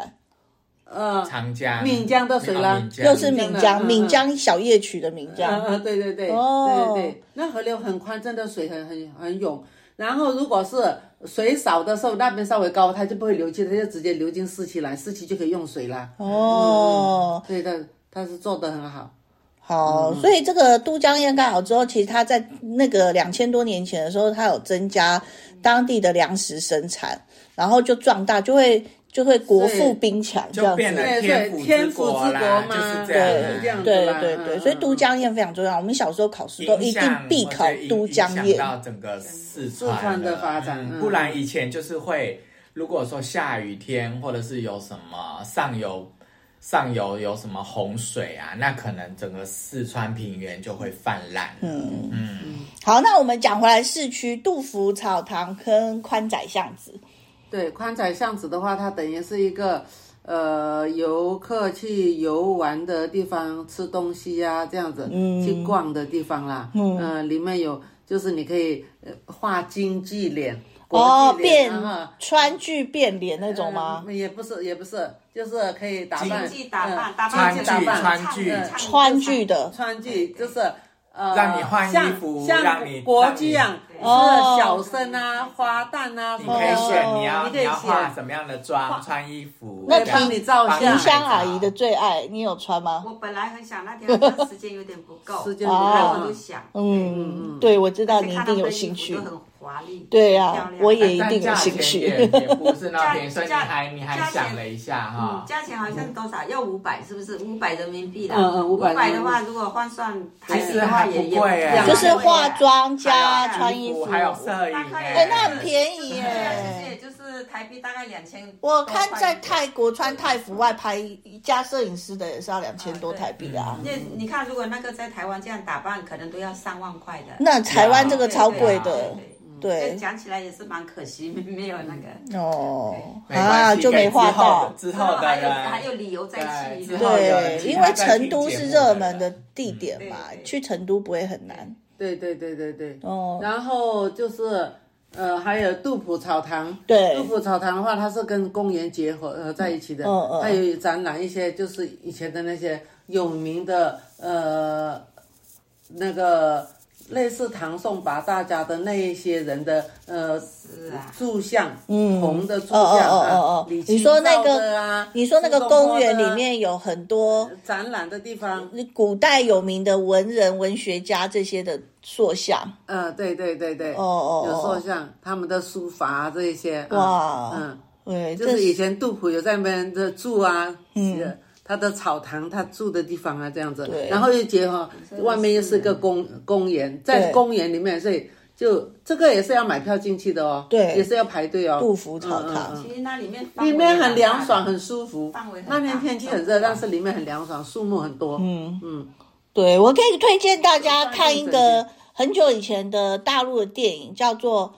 [SPEAKER 3] 呃，
[SPEAKER 2] 长江、
[SPEAKER 3] 岷江的水啦
[SPEAKER 2] 哦岷江
[SPEAKER 1] 又是岷江，
[SPEAKER 3] 嗯嗯
[SPEAKER 1] 岷江小夜曲的岷
[SPEAKER 3] 嗯
[SPEAKER 1] 江，
[SPEAKER 3] 嗯，对对对，
[SPEAKER 1] 哦
[SPEAKER 3] 对对对，那河流很宽，真的水很很很涌。然后如果是水少的时候，那边稍微高，它就不会流进，它就直接流进市区来，市区就可以用水啦。
[SPEAKER 1] 哦，
[SPEAKER 3] 所以它它是做的很好。
[SPEAKER 1] 好，所以这个都江堰盖好之后，其实它在那个两千多年前的时候，它有增加当地的粮食生产，然后就壮大，就会就会国富
[SPEAKER 3] 是
[SPEAKER 1] 兵强这
[SPEAKER 2] 就
[SPEAKER 1] 样
[SPEAKER 2] 变
[SPEAKER 1] 子。
[SPEAKER 2] 得
[SPEAKER 3] 对
[SPEAKER 2] 天
[SPEAKER 3] 对，天
[SPEAKER 2] 府
[SPEAKER 3] 府之
[SPEAKER 2] 国
[SPEAKER 3] 国
[SPEAKER 2] 啦，
[SPEAKER 3] 嘛，
[SPEAKER 2] 就是这
[SPEAKER 1] 对
[SPEAKER 2] 样啊，
[SPEAKER 3] 是这样子
[SPEAKER 1] 对
[SPEAKER 3] 啦。
[SPEAKER 1] 对
[SPEAKER 3] 嗯
[SPEAKER 1] 对，所以都。江堰非常重要。我们小时候考试都一
[SPEAKER 2] 影
[SPEAKER 1] 定
[SPEAKER 2] 响
[SPEAKER 1] 必考
[SPEAKER 2] 我觉得
[SPEAKER 1] 都
[SPEAKER 2] 影
[SPEAKER 1] 江
[SPEAKER 2] 影响
[SPEAKER 1] 堰。
[SPEAKER 2] 到整个四川
[SPEAKER 3] 四川的发展
[SPEAKER 2] 嗯
[SPEAKER 3] 嗯
[SPEAKER 2] 不然以前就是会，如果说下雨天或者是有什么上游上游有什么洪水啊，那可能整个四川平原就会泛滥。嗯嗯，
[SPEAKER 1] 好，那我们讲回来市区，杜甫草堂跟宽窄巷子。
[SPEAKER 3] 对，宽窄巷子的话，它等于是一个呃游客去游玩的地方，吃东西呀、这样子，嗯，去逛的地方啦，嗯，呃，里面有就是你可以呃画京剧脸。
[SPEAKER 1] 哦
[SPEAKER 3] 国，际脸
[SPEAKER 1] 变
[SPEAKER 3] 啊
[SPEAKER 1] 川剧变脸那种吗？
[SPEAKER 3] 嗯也不是，也不是，就是可以打扮，
[SPEAKER 4] 经济打
[SPEAKER 3] 嗯
[SPEAKER 4] 扮，打扮
[SPEAKER 2] 川
[SPEAKER 4] 成
[SPEAKER 2] 剧
[SPEAKER 3] 打扮
[SPEAKER 2] 川剧
[SPEAKER 3] 嗯
[SPEAKER 1] 川剧的
[SPEAKER 3] 川剧就是呃，
[SPEAKER 2] 让你换衣
[SPEAKER 3] 像
[SPEAKER 2] 服
[SPEAKER 3] 像
[SPEAKER 2] 让你
[SPEAKER 3] 国
[SPEAKER 2] 让
[SPEAKER 3] 剧
[SPEAKER 2] 你
[SPEAKER 3] 一样，是
[SPEAKER 1] 哦
[SPEAKER 3] 小生啊、花旦啊，
[SPEAKER 2] 你
[SPEAKER 3] 什么
[SPEAKER 2] 可以
[SPEAKER 3] 的
[SPEAKER 2] 选你
[SPEAKER 3] 你
[SPEAKER 2] 要
[SPEAKER 3] 可
[SPEAKER 2] 你
[SPEAKER 3] 以
[SPEAKER 2] 要化
[SPEAKER 3] 选
[SPEAKER 2] 什么样的妆，穿衣服，
[SPEAKER 1] 那
[SPEAKER 2] 这样
[SPEAKER 1] 帮
[SPEAKER 3] 你照
[SPEAKER 2] 帮你
[SPEAKER 1] 萍
[SPEAKER 3] 相
[SPEAKER 2] 拍
[SPEAKER 1] 乡
[SPEAKER 2] 照
[SPEAKER 1] 阿姨的最爱，你有穿吗？
[SPEAKER 4] 我本来很想那天， 但时间有点不 够，
[SPEAKER 3] 时间
[SPEAKER 1] 不够
[SPEAKER 4] 然后我就想，
[SPEAKER 1] 嗯，对，我知道
[SPEAKER 4] 而
[SPEAKER 1] 你
[SPEAKER 4] 且
[SPEAKER 1] 一
[SPEAKER 4] 看他
[SPEAKER 1] 定
[SPEAKER 4] 们
[SPEAKER 1] 有
[SPEAKER 4] 的
[SPEAKER 1] 兴
[SPEAKER 4] 衣服
[SPEAKER 1] 趣
[SPEAKER 4] 都。很华丽，
[SPEAKER 1] 对
[SPEAKER 4] 漂
[SPEAKER 1] 啊，
[SPEAKER 4] 亮
[SPEAKER 1] 我也一
[SPEAKER 2] 但
[SPEAKER 1] 定有
[SPEAKER 2] 价
[SPEAKER 1] 兴
[SPEAKER 2] 钱也
[SPEAKER 1] 趣。
[SPEAKER 2] 也不是 那天，
[SPEAKER 4] 价
[SPEAKER 2] 所以你
[SPEAKER 4] 价
[SPEAKER 2] 还你还
[SPEAKER 4] 价钱
[SPEAKER 2] 想了一下哈
[SPEAKER 4] 嗯，。价钱好像是多少？要五百是不是？五百人民币的。
[SPEAKER 3] 嗯嗯
[SPEAKER 4] 五
[SPEAKER 3] 500
[SPEAKER 4] 百的话，如果换算台币的话，
[SPEAKER 2] 其实还
[SPEAKER 4] 也
[SPEAKER 2] 不
[SPEAKER 4] 也
[SPEAKER 2] 贵
[SPEAKER 4] 也
[SPEAKER 2] 哎
[SPEAKER 4] 不
[SPEAKER 1] 就
[SPEAKER 4] 贵
[SPEAKER 1] 是化妆加
[SPEAKER 4] 啊还有
[SPEAKER 1] 穿衣服，
[SPEAKER 2] 还有摄影，
[SPEAKER 1] 哎，那
[SPEAKER 3] 嗯
[SPEAKER 1] 很便宜
[SPEAKER 4] 对啊，其实也
[SPEAKER 1] 耶！
[SPEAKER 4] 就是台币大概两千。
[SPEAKER 1] 我看在泰国穿泰服外拍加摄影师的也是要两千多台币啊，
[SPEAKER 4] 那你看，如果那个在台湾这样打扮，可能都要上万块的。
[SPEAKER 1] 那台湾这个
[SPEAKER 4] 对
[SPEAKER 1] 超贵的
[SPEAKER 4] 对，对
[SPEAKER 1] 对
[SPEAKER 4] 这讲起来也是蛮可惜，没有那个。
[SPEAKER 1] 哦
[SPEAKER 2] 没关
[SPEAKER 1] 啊
[SPEAKER 2] 系
[SPEAKER 1] 就没
[SPEAKER 2] 给
[SPEAKER 1] 画
[SPEAKER 2] 之后
[SPEAKER 1] 到
[SPEAKER 2] 的，之
[SPEAKER 4] 然
[SPEAKER 2] 后的
[SPEAKER 4] 还有
[SPEAKER 2] 人
[SPEAKER 4] 还有理由再去。啊
[SPEAKER 2] 对之后的人
[SPEAKER 1] 对，因为成都是热门的地点嘛
[SPEAKER 4] 嗯对，对
[SPEAKER 1] 去成都不会很难
[SPEAKER 3] 对对对对对。
[SPEAKER 1] 哦。
[SPEAKER 3] 然后就是呃，还有杜甫草堂。
[SPEAKER 1] 对
[SPEAKER 3] 杜甫草堂的话，它是跟公园结合合在一起的。
[SPEAKER 1] 嗯嗯
[SPEAKER 3] 它有展览一些就是以前的那些有名的呃那个类似唐宋八大家的那一些人的呃
[SPEAKER 4] 是啊，
[SPEAKER 3] 柱像，
[SPEAKER 1] 嗯
[SPEAKER 3] 红的柱像
[SPEAKER 1] 哦哦哦
[SPEAKER 3] 啊
[SPEAKER 1] 哦哦
[SPEAKER 3] 李
[SPEAKER 1] 你
[SPEAKER 3] 清
[SPEAKER 1] 说那
[SPEAKER 3] 照
[SPEAKER 1] 个
[SPEAKER 3] 的啊，
[SPEAKER 1] 你说那个
[SPEAKER 3] 苏东
[SPEAKER 1] 公
[SPEAKER 3] 坡
[SPEAKER 1] 园
[SPEAKER 3] 的
[SPEAKER 1] 里
[SPEAKER 3] 啊
[SPEAKER 1] 面有很多
[SPEAKER 3] 展览的地方，
[SPEAKER 1] 古代有名的文人、文学家这些的塑像，
[SPEAKER 3] 呃，对对对对，
[SPEAKER 1] 哦哦
[SPEAKER 3] 有
[SPEAKER 1] 哦
[SPEAKER 3] 塑像，他们的书法啊这一些，嗯
[SPEAKER 1] 哇
[SPEAKER 3] 嗯，
[SPEAKER 1] 对，
[SPEAKER 3] 就
[SPEAKER 1] 这
[SPEAKER 3] 是以前杜甫有在那边的住啊，嗯，他的草堂，他住的地方啊，这样子
[SPEAKER 1] 对，
[SPEAKER 3] 然后又结合外面又是个公公园，在
[SPEAKER 1] 对
[SPEAKER 3] 公园里面，所以就这个也是要买票进去的哦，
[SPEAKER 1] 对
[SPEAKER 3] 也是要排队哦，
[SPEAKER 1] 杜甫草堂
[SPEAKER 3] 嗯嗯
[SPEAKER 4] 其实那里面
[SPEAKER 3] 嗯里面很凉爽，很
[SPEAKER 4] 舒
[SPEAKER 3] 舒服
[SPEAKER 4] 范围很。大
[SPEAKER 3] 那天天气很热，但是里面很凉爽，树木很多。嗯嗯，
[SPEAKER 1] 对，我可以推荐大家
[SPEAKER 3] 就是
[SPEAKER 1] 看一
[SPEAKER 3] 半夜整
[SPEAKER 1] 个很久以前的大陆的电影，叫做《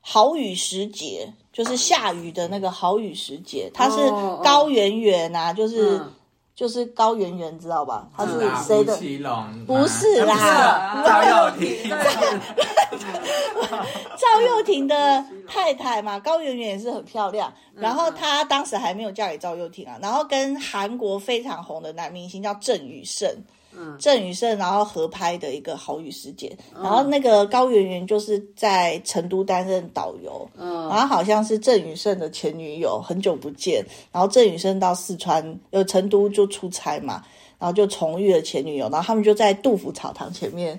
[SPEAKER 1] 好雨时节》，就是下雨的那个好雨时节。它是
[SPEAKER 3] 哦哦
[SPEAKER 1] 高圆圆啊，就是、
[SPEAKER 3] 嗯
[SPEAKER 1] 就是高圆圆，知道吧？他是
[SPEAKER 3] 嗯啊
[SPEAKER 1] 谁的？
[SPEAKER 2] 吴奇隆？
[SPEAKER 1] 不是啦
[SPEAKER 3] 啊
[SPEAKER 2] 赵又廷。
[SPEAKER 1] 赵又廷的太太嘛，高圆圆也是很漂亮。然后她当时还没有嫁给赵又廷啊，然后跟韩国非常红的男明星叫郑宇盛，郑宇盛然后合拍的一个《好雨时节》，
[SPEAKER 3] 嗯
[SPEAKER 1] 然后那个高圆圆就是在成都担任导游，
[SPEAKER 3] 嗯
[SPEAKER 1] 然后好像是郑宇盛的前女友，很久不见，然后郑宇盛到四川有成都就出差嘛，然后就重遇了前女友，然后他们就在杜甫草堂前面。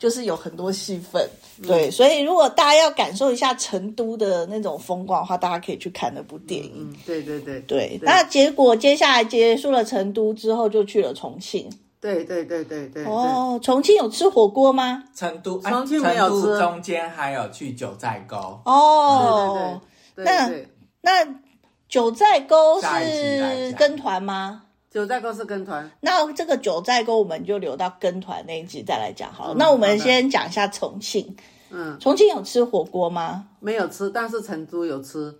[SPEAKER 1] 就是有很多戏份，
[SPEAKER 3] 嗯
[SPEAKER 1] 对，所以如果大家要感受一下成都的那种风光的话，大家可以去看那部电影。
[SPEAKER 3] 嗯，对对对
[SPEAKER 1] 对，那结果接下来结束了成都之后，就去了重庆。
[SPEAKER 3] 对对对对对。对
[SPEAKER 1] 哦，重庆有吃火锅吗？
[SPEAKER 2] 成都，哎
[SPEAKER 3] 重庆没有
[SPEAKER 2] 成都
[SPEAKER 3] 吃
[SPEAKER 2] 中间还有去九寨沟，
[SPEAKER 1] 哦，
[SPEAKER 3] 对
[SPEAKER 1] 那
[SPEAKER 3] 对，
[SPEAKER 1] 那九寨沟
[SPEAKER 2] 下一集来
[SPEAKER 1] 是
[SPEAKER 2] 讲
[SPEAKER 1] 跟团吗？
[SPEAKER 3] 九寨沟是跟团，
[SPEAKER 1] 那这个九寨沟我们就留到跟团那一集再来讲好了。那我
[SPEAKER 3] 好
[SPEAKER 1] 们
[SPEAKER 3] 的
[SPEAKER 1] 先讲一下重庆，
[SPEAKER 3] 嗯，
[SPEAKER 1] 重庆有吃火锅吗？
[SPEAKER 3] 没有吃，但是成都有吃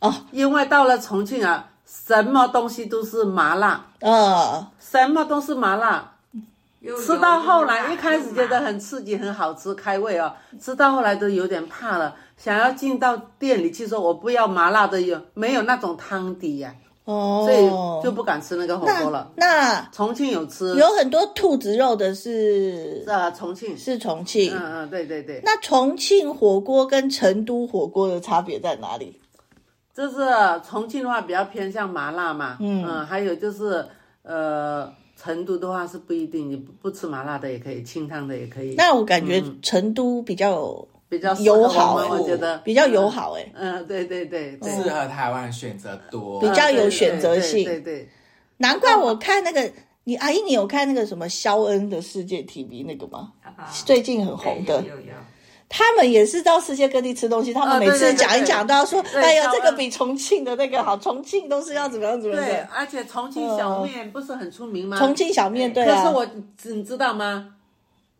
[SPEAKER 1] 哦，
[SPEAKER 3] 因为到了重庆啊，什么东西都是麻辣，
[SPEAKER 1] 呃，
[SPEAKER 3] 什么都是麻辣，
[SPEAKER 4] 服
[SPEAKER 3] 吃到后来一开始觉得很刺激，很好吃，开胃哦，吃到后来都有点怕了，想要进到店里去说，我不要麻辣的，有没有那种汤底呀、
[SPEAKER 1] 哦，
[SPEAKER 3] 所以就不敢吃那个火锅了。
[SPEAKER 1] 那
[SPEAKER 3] 重庆有吃，
[SPEAKER 1] 有很多兔子肉的是
[SPEAKER 3] 啊，重庆，
[SPEAKER 1] 是重庆。
[SPEAKER 3] 嗯嗯，对对对，
[SPEAKER 1] 那重庆火锅跟成都火锅的差别在哪里？
[SPEAKER 3] 就是重庆的话比较偏向麻辣嘛，嗯，还有就是呃，成都的话是不一定，你不不吃麻辣的也可以，清汤的也可以，
[SPEAKER 1] 那我感觉
[SPEAKER 3] 嗯
[SPEAKER 1] 成都比较有
[SPEAKER 3] 比较适合
[SPEAKER 1] 友
[SPEAKER 3] 我
[SPEAKER 1] 好、
[SPEAKER 3] 们
[SPEAKER 1] 欸，
[SPEAKER 3] 我觉得
[SPEAKER 1] 比较友，好哎、嗯
[SPEAKER 3] 嗯、呃对对对对，
[SPEAKER 2] 适合台湾选择多。
[SPEAKER 1] 比较
[SPEAKER 3] 对
[SPEAKER 1] 有
[SPEAKER 3] 对
[SPEAKER 1] 选择
[SPEAKER 3] 对
[SPEAKER 1] 性
[SPEAKER 3] 对对
[SPEAKER 1] 难怪我看那个你阿姨，你有看那个什么肖恩的世界 TV 那个吗？最近很红的，
[SPEAKER 4] 有有有，
[SPEAKER 1] 他们也是到世界各地吃东西，他们
[SPEAKER 3] 哦
[SPEAKER 1] 每次
[SPEAKER 3] 对对对
[SPEAKER 1] 讲一讲都要说，
[SPEAKER 3] 对
[SPEAKER 1] 哎呀
[SPEAKER 3] 肖，
[SPEAKER 1] 这
[SPEAKER 3] 恩
[SPEAKER 1] 个比重庆的那个好，重庆都是要怎么样怎么
[SPEAKER 3] 对
[SPEAKER 1] 样怎么
[SPEAKER 3] 对，啊
[SPEAKER 1] 样。
[SPEAKER 3] 而且重庆小面不是很出名吗？
[SPEAKER 1] 重庆小面对
[SPEAKER 3] 可
[SPEAKER 1] 啊
[SPEAKER 3] 是，我你知道吗？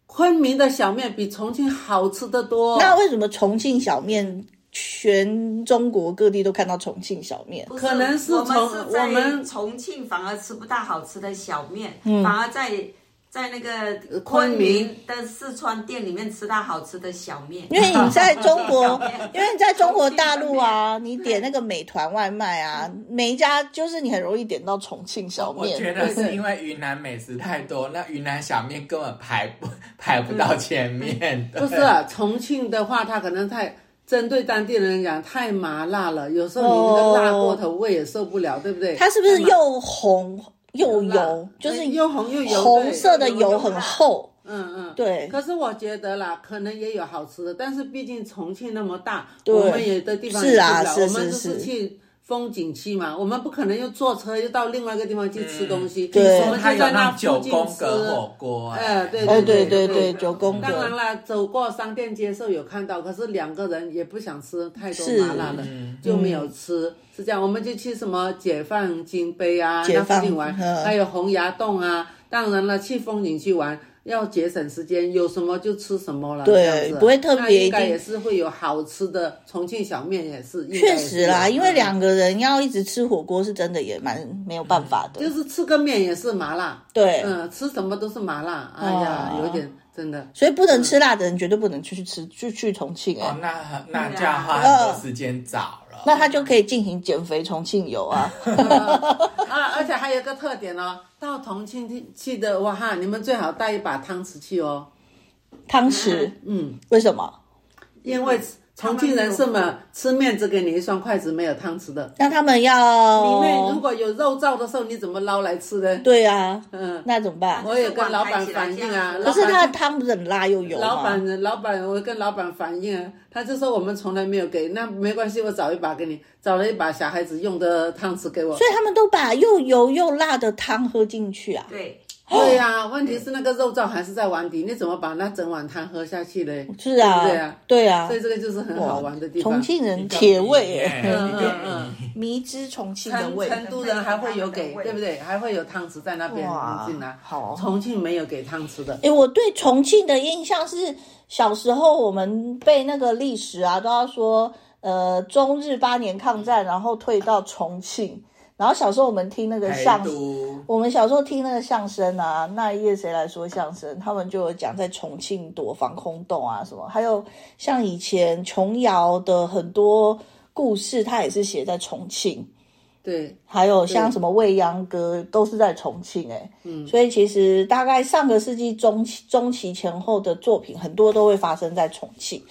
[SPEAKER 3] 昆明的小面比重庆好吃的多。
[SPEAKER 1] 那为什么重庆小面全中国各地都看到重庆小面？
[SPEAKER 4] 不
[SPEAKER 3] 可能是
[SPEAKER 4] 我
[SPEAKER 3] 从
[SPEAKER 4] 们是在
[SPEAKER 3] 我们
[SPEAKER 4] 重庆反而吃不到好吃的小面，反而在在那个
[SPEAKER 3] 昆
[SPEAKER 4] 昆
[SPEAKER 3] 明
[SPEAKER 4] 明的四川店里面吃到好吃的小面。，
[SPEAKER 1] 因为你在中 国因为你在中国大陆啊，你点那个美团外卖啊，
[SPEAKER 3] 嗯
[SPEAKER 1] 每一家就是你很容易点到重庆小
[SPEAKER 2] 我觉
[SPEAKER 1] 面。
[SPEAKER 2] 得是因为云南美食太多，那云南小面根本排不 排不到前面
[SPEAKER 1] 嗯
[SPEAKER 2] 的。
[SPEAKER 3] 不是啊、重庆的话，它可能太针对当地人讲太麻辣了，有时候你那个辣过头，胃也受不了，对不对？
[SPEAKER 1] 它是不是又红又
[SPEAKER 3] 太麻辣
[SPEAKER 1] 油，就是
[SPEAKER 3] 哎又红又油，
[SPEAKER 1] 红
[SPEAKER 3] 对
[SPEAKER 1] 色的
[SPEAKER 3] 又
[SPEAKER 1] 油
[SPEAKER 3] 辣
[SPEAKER 1] 很厚？
[SPEAKER 3] 嗯嗯。
[SPEAKER 1] 对，
[SPEAKER 3] 可是我觉得啦，可能也有好吃的，但是毕竟重庆那么大，
[SPEAKER 1] 对
[SPEAKER 3] 我们有的地方也
[SPEAKER 1] 是啊
[SPEAKER 3] 去不了
[SPEAKER 1] 是
[SPEAKER 3] 我们就是
[SPEAKER 1] 是
[SPEAKER 3] 去风景区嘛，我们不可能又坐车又到另外一个地方去吃东西，
[SPEAKER 1] 对
[SPEAKER 3] 我
[SPEAKER 2] 说嗯
[SPEAKER 3] 们
[SPEAKER 2] 它
[SPEAKER 3] 就
[SPEAKER 2] 有
[SPEAKER 3] 在
[SPEAKER 2] 那
[SPEAKER 3] 那
[SPEAKER 2] 种九
[SPEAKER 3] 附近
[SPEAKER 2] 宫
[SPEAKER 3] 吃。
[SPEAKER 2] 格火锅，啊
[SPEAKER 3] 哎对
[SPEAKER 1] 哦，对
[SPEAKER 3] 对
[SPEAKER 1] 对
[SPEAKER 3] 对
[SPEAKER 1] 对，
[SPEAKER 3] 对
[SPEAKER 1] 九宫
[SPEAKER 3] 当然
[SPEAKER 1] 格。
[SPEAKER 3] 啦，走过商店街时候有看到，可是两个人也不想吃太多
[SPEAKER 1] 是嗯
[SPEAKER 3] 麻辣的，就没有吃。是这样，我们就去什么解放金杯啊，
[SPEAKER 1] 解放
[SPEAKER 3] 那附近玩，
[SPEAKER 1] 嗯
[SPEAKER 3] 还有洪崖洞啊。当然了，去风景区玩要节省时间，有什么就吃什么了，
[SPEAKER 1] 对
[SPEAKER 3] 这样子啊
[SPEAKER 1] 不会特别
[SPEAKER 3] 那应该
[SPEAKER 1] 一定
[SPEAKER 3] 也是会有好吃的，重庆小面也是，应该
[SPEAKER 1] 确
[SPEAKER 3] 也是
[SPEAKER 1] 实啦，
[SPEAKER 3] 有嗯
[SPEAKER 1] 因为两个人要一直吃火锅，是真的也蛮没有办法的
[SPEAKER 3] 就。是吃个面也是麻辣，
[SPEAKER 1] 对，
[SPEAKER 3] 嗯，吃什么都是麻辣，哎呀，
[SPEAKER 1] 哦
[SPEAKER 3] 有点真的。
[SPEAKER 1] 所以不能吃辣的人绝对不能去吃去去重庆哎
[SPEAKER 3] 嗯
[SPEAKER 2] 哦，，那很那这样花很多时间找了。
[SPEAKER 1] 嗯那他就可以进行减肥重庆游 啊。
[SPEAKER 3] 啊，而且还有一个特点哦，到重庆去去的哇哈，你们最好带一把汤匙去哦。
[SPEAKER 1] 汤匙，
[SPEAKER 3] 嗯，
[SPEAKER 1] 为什么？
[SPEAKER 3] 因为重庆人是嘛，吃面只给你一双筷子，没有汤匙的。
[SPEAKER 1] 那他们
[SPEAKER 3] 里面如
[SPEAKER 1] 要
[SPEAKER 3] 果有肉燥的时候，你怎么捞来吃呢？
[SPEAKER 1] 对啊，
[SPEAKER 3] 嗯，
[SPEAKER 1] 那怎么办？
[SPEAKER 3] 我也跟老板反映啊，
[SPEAKER 1] 可
[SPEAKER 3] 老
[SPEAKER 1] 是它
[SPEAKER 3] 板
[SPEAKER 1] 的汤不是很辣又油
[SPEAKER 3] 老
[SPEAKER 1] 吗？
[SPEAKER 3] 板老板，我跟老板反映啊，他就说我们从来没有给，那没关系，我找一把给你，找了一把小孩子用的汤匙给我。
[SPEAKER 1] 所以他们都把又油又辣的汤喝进去啊！
[SPEAKER 4] 对，
[SPEAKER 3] 对呀、问题是那个肉燥还是在碗底，你怎么把那整碗汤喝下去嘞？
[SPEAKER 1] 是啊，
[SPEAKER 3] 对啊
[SPEAKER 1] 对啊
[SPEAKER 3] 所，以这个就是很好玩的地方。
[SPEAKER 1] 重庆人铁胃
[SPEAKER 2] 耶，
[SPEAKER 1] 耶，
[SPEAKER 3] 嗯嗯嗯
[SPEAKER 1] 迷之重庆的
[SPEAKER 3] 成
[SPEAKER 1] 胃，
[SPEAKER 3] 成都人还会有给，对不对？还会有汤匙在那边
[SPEAKER 1] 哇
[SPEAKER 3] 进来。
[SPEAKER 1] 好哦
[SPEAKER 3] 重庆没有给汤匙的。
[SPEAKER 1] 哎、我对重庆的印象是小时候我们背那个历史啊，都要说呃中日八年抗战，然后退到重庆。然后小时候我们听那个
[SPEAKER 2] 陪
[SPEAKER 1] 相，
[SPEAKER 2] 读
[SPEAKER 1] 我们小时候听那个相声啊，那一夜谁来说相声？他们就有讲在重庆躲防空洞啊什么，还有像以前琼瑶的很多故事，它也是写在重庆。
[SPEAKER 3] 对，
[SPEAKER 1] 还有像
[SPEAKER 3] 对
[SPEAKER 1] 什么未央歌都是在重庆哎、嗯，所以其实大概上个世纪中期中期前后的作品很多都会发生在重庆，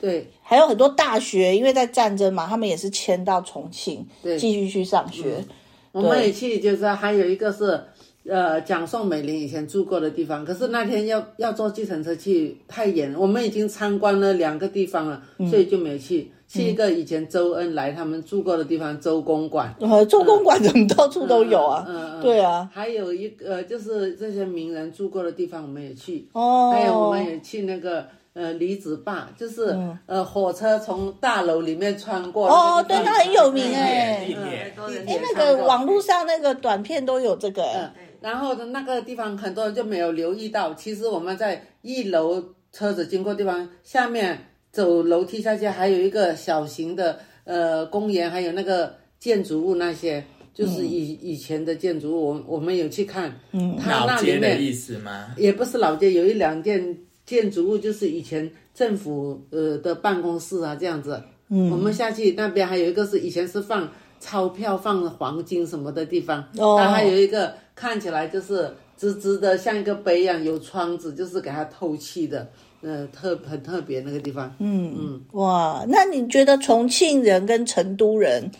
[SPEAKER 3] 对，
[SPEAKER 1] 还有很多大学因为在战争嘛，他们也是迁到重庆
[SPEAKER 3] 对嗯
[SPEAKER 1] 继续去上学，
[SPEAKER 3] 我们也去，就是还有一个是，呃，蒋宋美龄以前住过的地方，可是那天要要坐计程车去太远，我们已经参观了两个地方了，所以就没去。去一个以前周恩来他们住过的地方，周公馆。
[SPEAKER 1] 呃，周公馆怎么到处都有啊？
[SPEAKER 3] 嗯嗯，
[SPEAKER 1] 对啊，
[SPEAKER 3] 还有一个呃就是这些名人住过的地方，我们也去。
[SPEAKER 1] 哦，
[SPEAKER 3] 还有我们也去那个呃离子坝，就是、呃火车从大楼里面穿过。
[SPEAKER 1] 嗯哦
[SPEAKER 3] 那个
[SPEAKER 1] 对
[SPEAKER 3] 地方
[SPEAKER 1] 那很有名哎
[SPEAKER 2] 地铁，地铁
[SPEAKER 4] 很多人
[SPEAKER 1] 哎
[SPEAKER 3] 哎
[SPEAKER 1] 那
[SPEAKER 3] 看
[SPEAKER 1] 个
[SPEAKER 3] 过
[SPEAKER 1] 网络上那个短片都有这个、欸，
[SPEAKER 3] 然后呢，那个地方很多人就没有留意到，其实我们在一楼车子经过地方，下面走楼梯下去还有一个小型的呃公园，还有那个建筑物那些，就是以、
[SPEAKER 1] 嗯
[SPEAKER 3] 以前的建筑物，我我们有去看，嗯，它
[SPEAKER 2] 老
[SPEAKER 3] 那
[SPEAKER 2] 街
[SPEAKER 3] 里
[SPEAKER 2] 的
[SPEAKER 3] 面
[SPEAKER 2] 意思吗？
[SPEAKER 3] 也不是老街，有一两件建筑物就是以前政府呃的办公室啊这样子。嗯，我们下去那边还有一个是以前是放钞票、放黄金什么的地方，
[SPEAKER 1] 哦
[SPEAKER 3] 它还有一个看起来就是直直的，像一个杯一样有窗子，就是给它透气的，呃，特很特别那个地方。嗯，
[SPEAKER 1] 哇，那你觉得重庆人跟成都人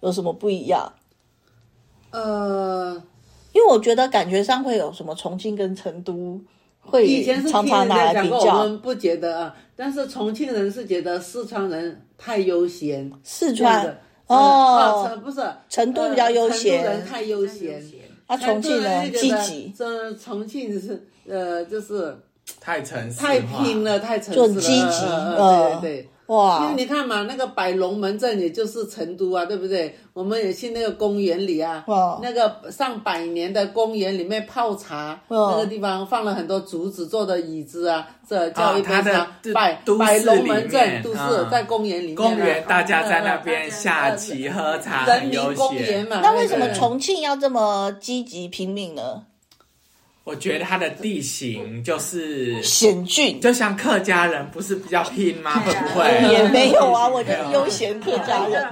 [SPEAKER 1] 有什么不一样？
[SPEAKER 3] 呃，
[SPEAKER 1] 因为我觉得感觉上会有什么重庆跟成都会
[SPEAKER 3] 以前是
[SPEAKER 1] 嗯常
[SPEAKER 3] 听
[SPEAKER 1] 常
[SPEAKER 3] 人
[SPEAKER 1] 拿
[SPEAKER 3] 家
[SPEAKER 1] 来
[SPEAKER 3] 讲
[SPEAKER 1] 比
[SPEAKER 3] 过，我
[SPEAKER 1] 较。
[SPEAKER 3] 们不觉得啊，但是重庆人是觉得四川人太悠闲，
[SPEAKER 1] 四
[SPEAKER 3] 这样
[SPEAKER 1] 川
[SPEAKER 3] 的
[SPEAKER 1] 哦
[SPEAKER 3] 呃成不是
[SPEAKER 1] 成都比较悠闲
[SPEAKER 3] 呃成都人太悠闲。哎
[SPEAKER 1] 啊，重庆人
[SPEAKER 3] 人
[SPEAKER 1] 积极，
[SPEAKER 3] 这重庆是呃，就是
[SPEAKER 2] 太城市化
[SPEAKER 3] 太拼了，太城市
[SPEAKER 1] 就
[SPEAKER 3] 了，
[SPEAKER 1] 很积极
[SPEAKER 3] 呃
[SPEAKER 1] 呃
[SPEAKER 3] 呃对对。因
[SPEAKER 1] 哇
[SPEAKER 3] 为，你看嘛，那个摆龙门阵也就是成都啊，对不对？我们也去那个公园里啊
[SPEAKER 1] 哇，
[SPEAKER 3] 那个上百年的公园里面泡茶，
[SPEAKER 1] 哇
[SPEAKER 3] 那个地方放了很多竹子做的椅子啊，这
[SPEAKER 2] 啊
[SPEAKER 3] 叫一杯
[SPEAKER 2] 它的
[SPEAKER 3] 茶
[SPEAKER 2] 这，
[SPEAKER 3] 摆
[SPEAKER 2] 都市
[SPEAKER 3] 摆龙门
[SPEAKER 2] 里面
[SPEAKER 3] 阵，都市
[SPEAKER 2] 嗯
[SPEAKER 3] 在公园里面啊，
[SPEAKER 2] 公园，大家在那
[SPEAKER 4] 嗯嗯
[SPEAKER 2] 边
[SPEAKER 4] 嗯
[SPEAKER 2] 下棋喝茶，
[SPEAKER 3] 人
[SPEAKER 2] 很
[SPEAKER 3] 民
[SPEAKER 2] 悠
[SPEAKER 3] 公园
[SPEAKER 2] 闲。
[SPEAKER 3] 嘛。
[SPEAKER 1] 那为什么
[SPEAKER 3] 对
[SPEAKER 1] 重庆要这么积极拼命呢？
[SPEAKER 2] 我觉得它的地形就是，
[SPEAKER 1] 险峻
[SPEAKER 2] 就像客家人不是比较拼吗？
[SPEAKER 4] 对
[SPEAKER 2] 会
[SPEAKER 4] 啊
[SPEAKER 2] 不会？
[SPEAKER 1] 也没有啊，我
[SPEAKER 2] 没有
[SPEAKER 1] 就是悠闲客家人，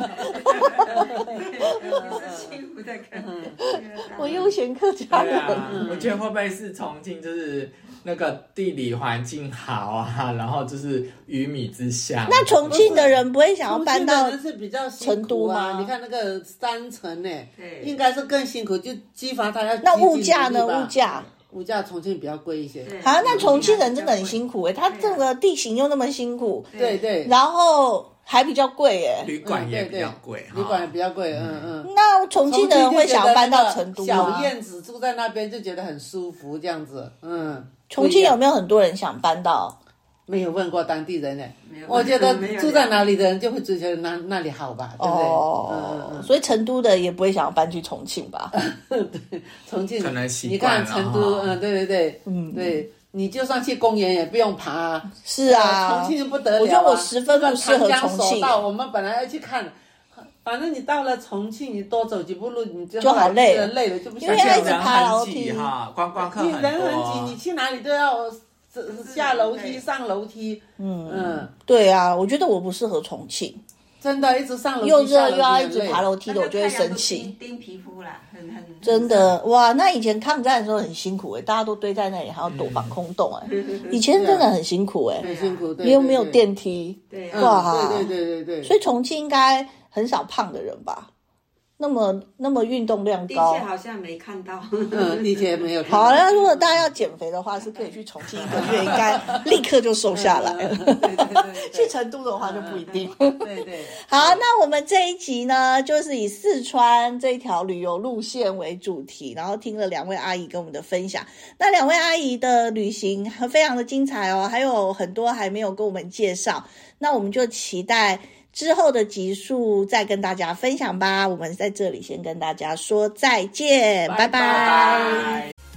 [SPEAKER 4] 你是幸福的感觉。
[SPEAKER 1] 我悠闲客家
[SPEAKER 2] 对
[SPEAKER 1] 人。
[SPEAKER 2] 啊，我觉得会不会是重庆就是那个地理环境好啊，然后就是鱼米之乡。
[SPEAKER 1] 那重庆的人不会想要
[SPEAKER 3] 重
[SPEAKER 1] 搬
[SPEAKER 3] 庆
[SPEAKER 1] 到
[SPEAKER 3] 的人是比较辛
[SPEAKER 1] 成都
[SPEAKER 3] 苦啊
[SPEAKER 1] 吗
[SPEAKER 3] 你看那个三层呢，
[SPEAKER 4] 对
[SPEAKER 3] 应该是更辛苦，就激发大家。
[SPEAKER 1] 那物价呢？物，价
[SPEAKER 3] 物价重庆比较贵一些。
[SPEAKER 4] 对
[SPEAKER 1] 啊，
[SPEAKER 3] 嗯
[SPEAKER 1] 那重庆人真的很辛苦诶、他这个地形又那么辛苦，
[SPEAKER 3] 啊对对，
[SPEAKER 1] 然后还比较贵诶、
[SPEAKER 2] 旅馆也比较贵
[SPEAKER 3] 嗯旅馆也
[SPEAKER 2] 哈。
[SPEAKER 3] 比较贵，嗯嗯。
[SPEAKER 1] 那重庆的人会想要搬到成都
[SPEAKER 3] 小
[SPEAKER 1] 吗？
[SPEAKER 3] 燕子住在那边就觉得很舒服，这样子，嗯。
[SPEAKER 1] 重庆
[SPEAKER 3] 不一
[SPEAKER 1] 有
[SPEAKER 3] 样
[SPEAKER 1] 没有很多人想搬到？
[SPEAKER 3] 没有问过当地人呢？
[SPEAKER 4] 没有
[SPEAKER 3] 我觉 得
[SPEAKER 4] 没有
[SPEAKER 3] 住在哪里的人就会觉得那那里好吧，对不对？嗯嗯
[SPEAKER 1] 哦
[SPEAKER 3] 嗯，。
[SPEAKER 1] 所以成都的也不会想要搬去重庆吧？
[SPEAKER 3] 对，重庆
[SPEAKER 2] 可能习
[SPEAKER 3] 你
[SPEAKER 2] 惯
[SPEAKER 3] 看
[SPEAKER 2] 了
[SPEAKER 3] 成都，
[SPEAKER 2] 哈
[SPEAKER 3] 嗯，对对对，嗯，对。你就算去公园也不用爬、啊，
[SPEAKER 1] 是啊，
[SPEAKER 3] 重庆不得了、啊。
[SPEAKER 1] 我觉得我十分不适合
[SPEAKER 3] 那个长
[SPEAKER 1] 重
[SPEAKER 3] 江
[SPEAKER 1] 庆
[SPEAKER 3] 索道我们本来要去看，反正你到了重庆，你多走几步路，你就
[SPEAKER 1] 就好累
[SPEAKER 3] 觉得累了就不想
[SPEAKER 1] 因为
[SPEAKER 3] 去了
[SPEAKER 1] 一直爬楼梯
[SPEAKER 2] 人很挤哈，观光客
[SPEAKER 3] 你
[SPEAKER 2] 很
[SPEAKER 3] 人很挤，你
[SPEAKER 2] 多。啊
[SPEAKER 3] 去哪里都要下楼梯、上楼梯，嗯
[SPEAKER 1] 对啊，我觉得我不适合重庆。
[SPEAKER 3] 真的一直上楼梯
[SPEAKER 1] 又热
[SPEAKER 3] 下楼
[SPEAKER 1] 又
[SPEAKER 3] 梯
[SPEAKER 1] 要一
[SPEAKER 3] 很
[SPEAKER 1] 直
[SPEAKER 3] 累
[SPEAKER 1] 爬楼梯的，我就会
[SPEAKER 4] 那个太阳
[SPEAKER 1] 生
[SPEAKER 4] 都
[SPEAKER 1] 气。
[SPEAKER 4] 叮叮皮肤啦，很很
[SPEAKER 1] 真的哇，那以前抗战的时候很辛苦哎、大家都堆在那里，还要躲防空洞哎、
[SPEAKER 4] 嗯
[SPEAKER 1] 以前真的很辛苦哎、
[SPEAKER 4] 对
[SPEAKER 3] 很辛苦，对
[SPEAKER 1] 你又没有，
[SPEAKER 3] 对
[SPEAKER 1] 电梯，
[SPEAKER 4] 对
[SPEAKER 3] 对
[SPEAKER 4] 啊
[SPEAKER 1] 哇
[SPEAKER 3] 嗯对对对对对，
[SPEAKER 1] 所以重庆应该很少胖的人吧？那么那么运动量
[SPEAKER 4] 的
[SPEAKER 1] 高
[SPEAKER 4] 确，好像没看到。
[SPEAKER 3] 嗯，丽姐没有看到
[SPEAKER 1] 好，那如果大家要减肥的话，是可以去重庆一个月，应该立刻就瘦下来
[SPEAKER 4] 嗯
[SPEAKER 1] 了。
[SPEAKER 3] 对对 对
[SPEAKER 1] 去
[SPEAKER 3] 对
[SPEAKER 1] 成都的话就不一定。
[SPEAKER 3] 对对，
[SPEAKER 1] 好，那我们这一集呢，就是以四川这条旅游路线为主题，然后听了两位阿姨跟我们的分享。那两位阿姨的旅行非常的精彩哦，还有很多还没有跟我们介绍，那我们就期待之后的集数再跟大家分享吧。我们在这里先跟大家说再见，拜
[SPEAKER 2] 拜拜。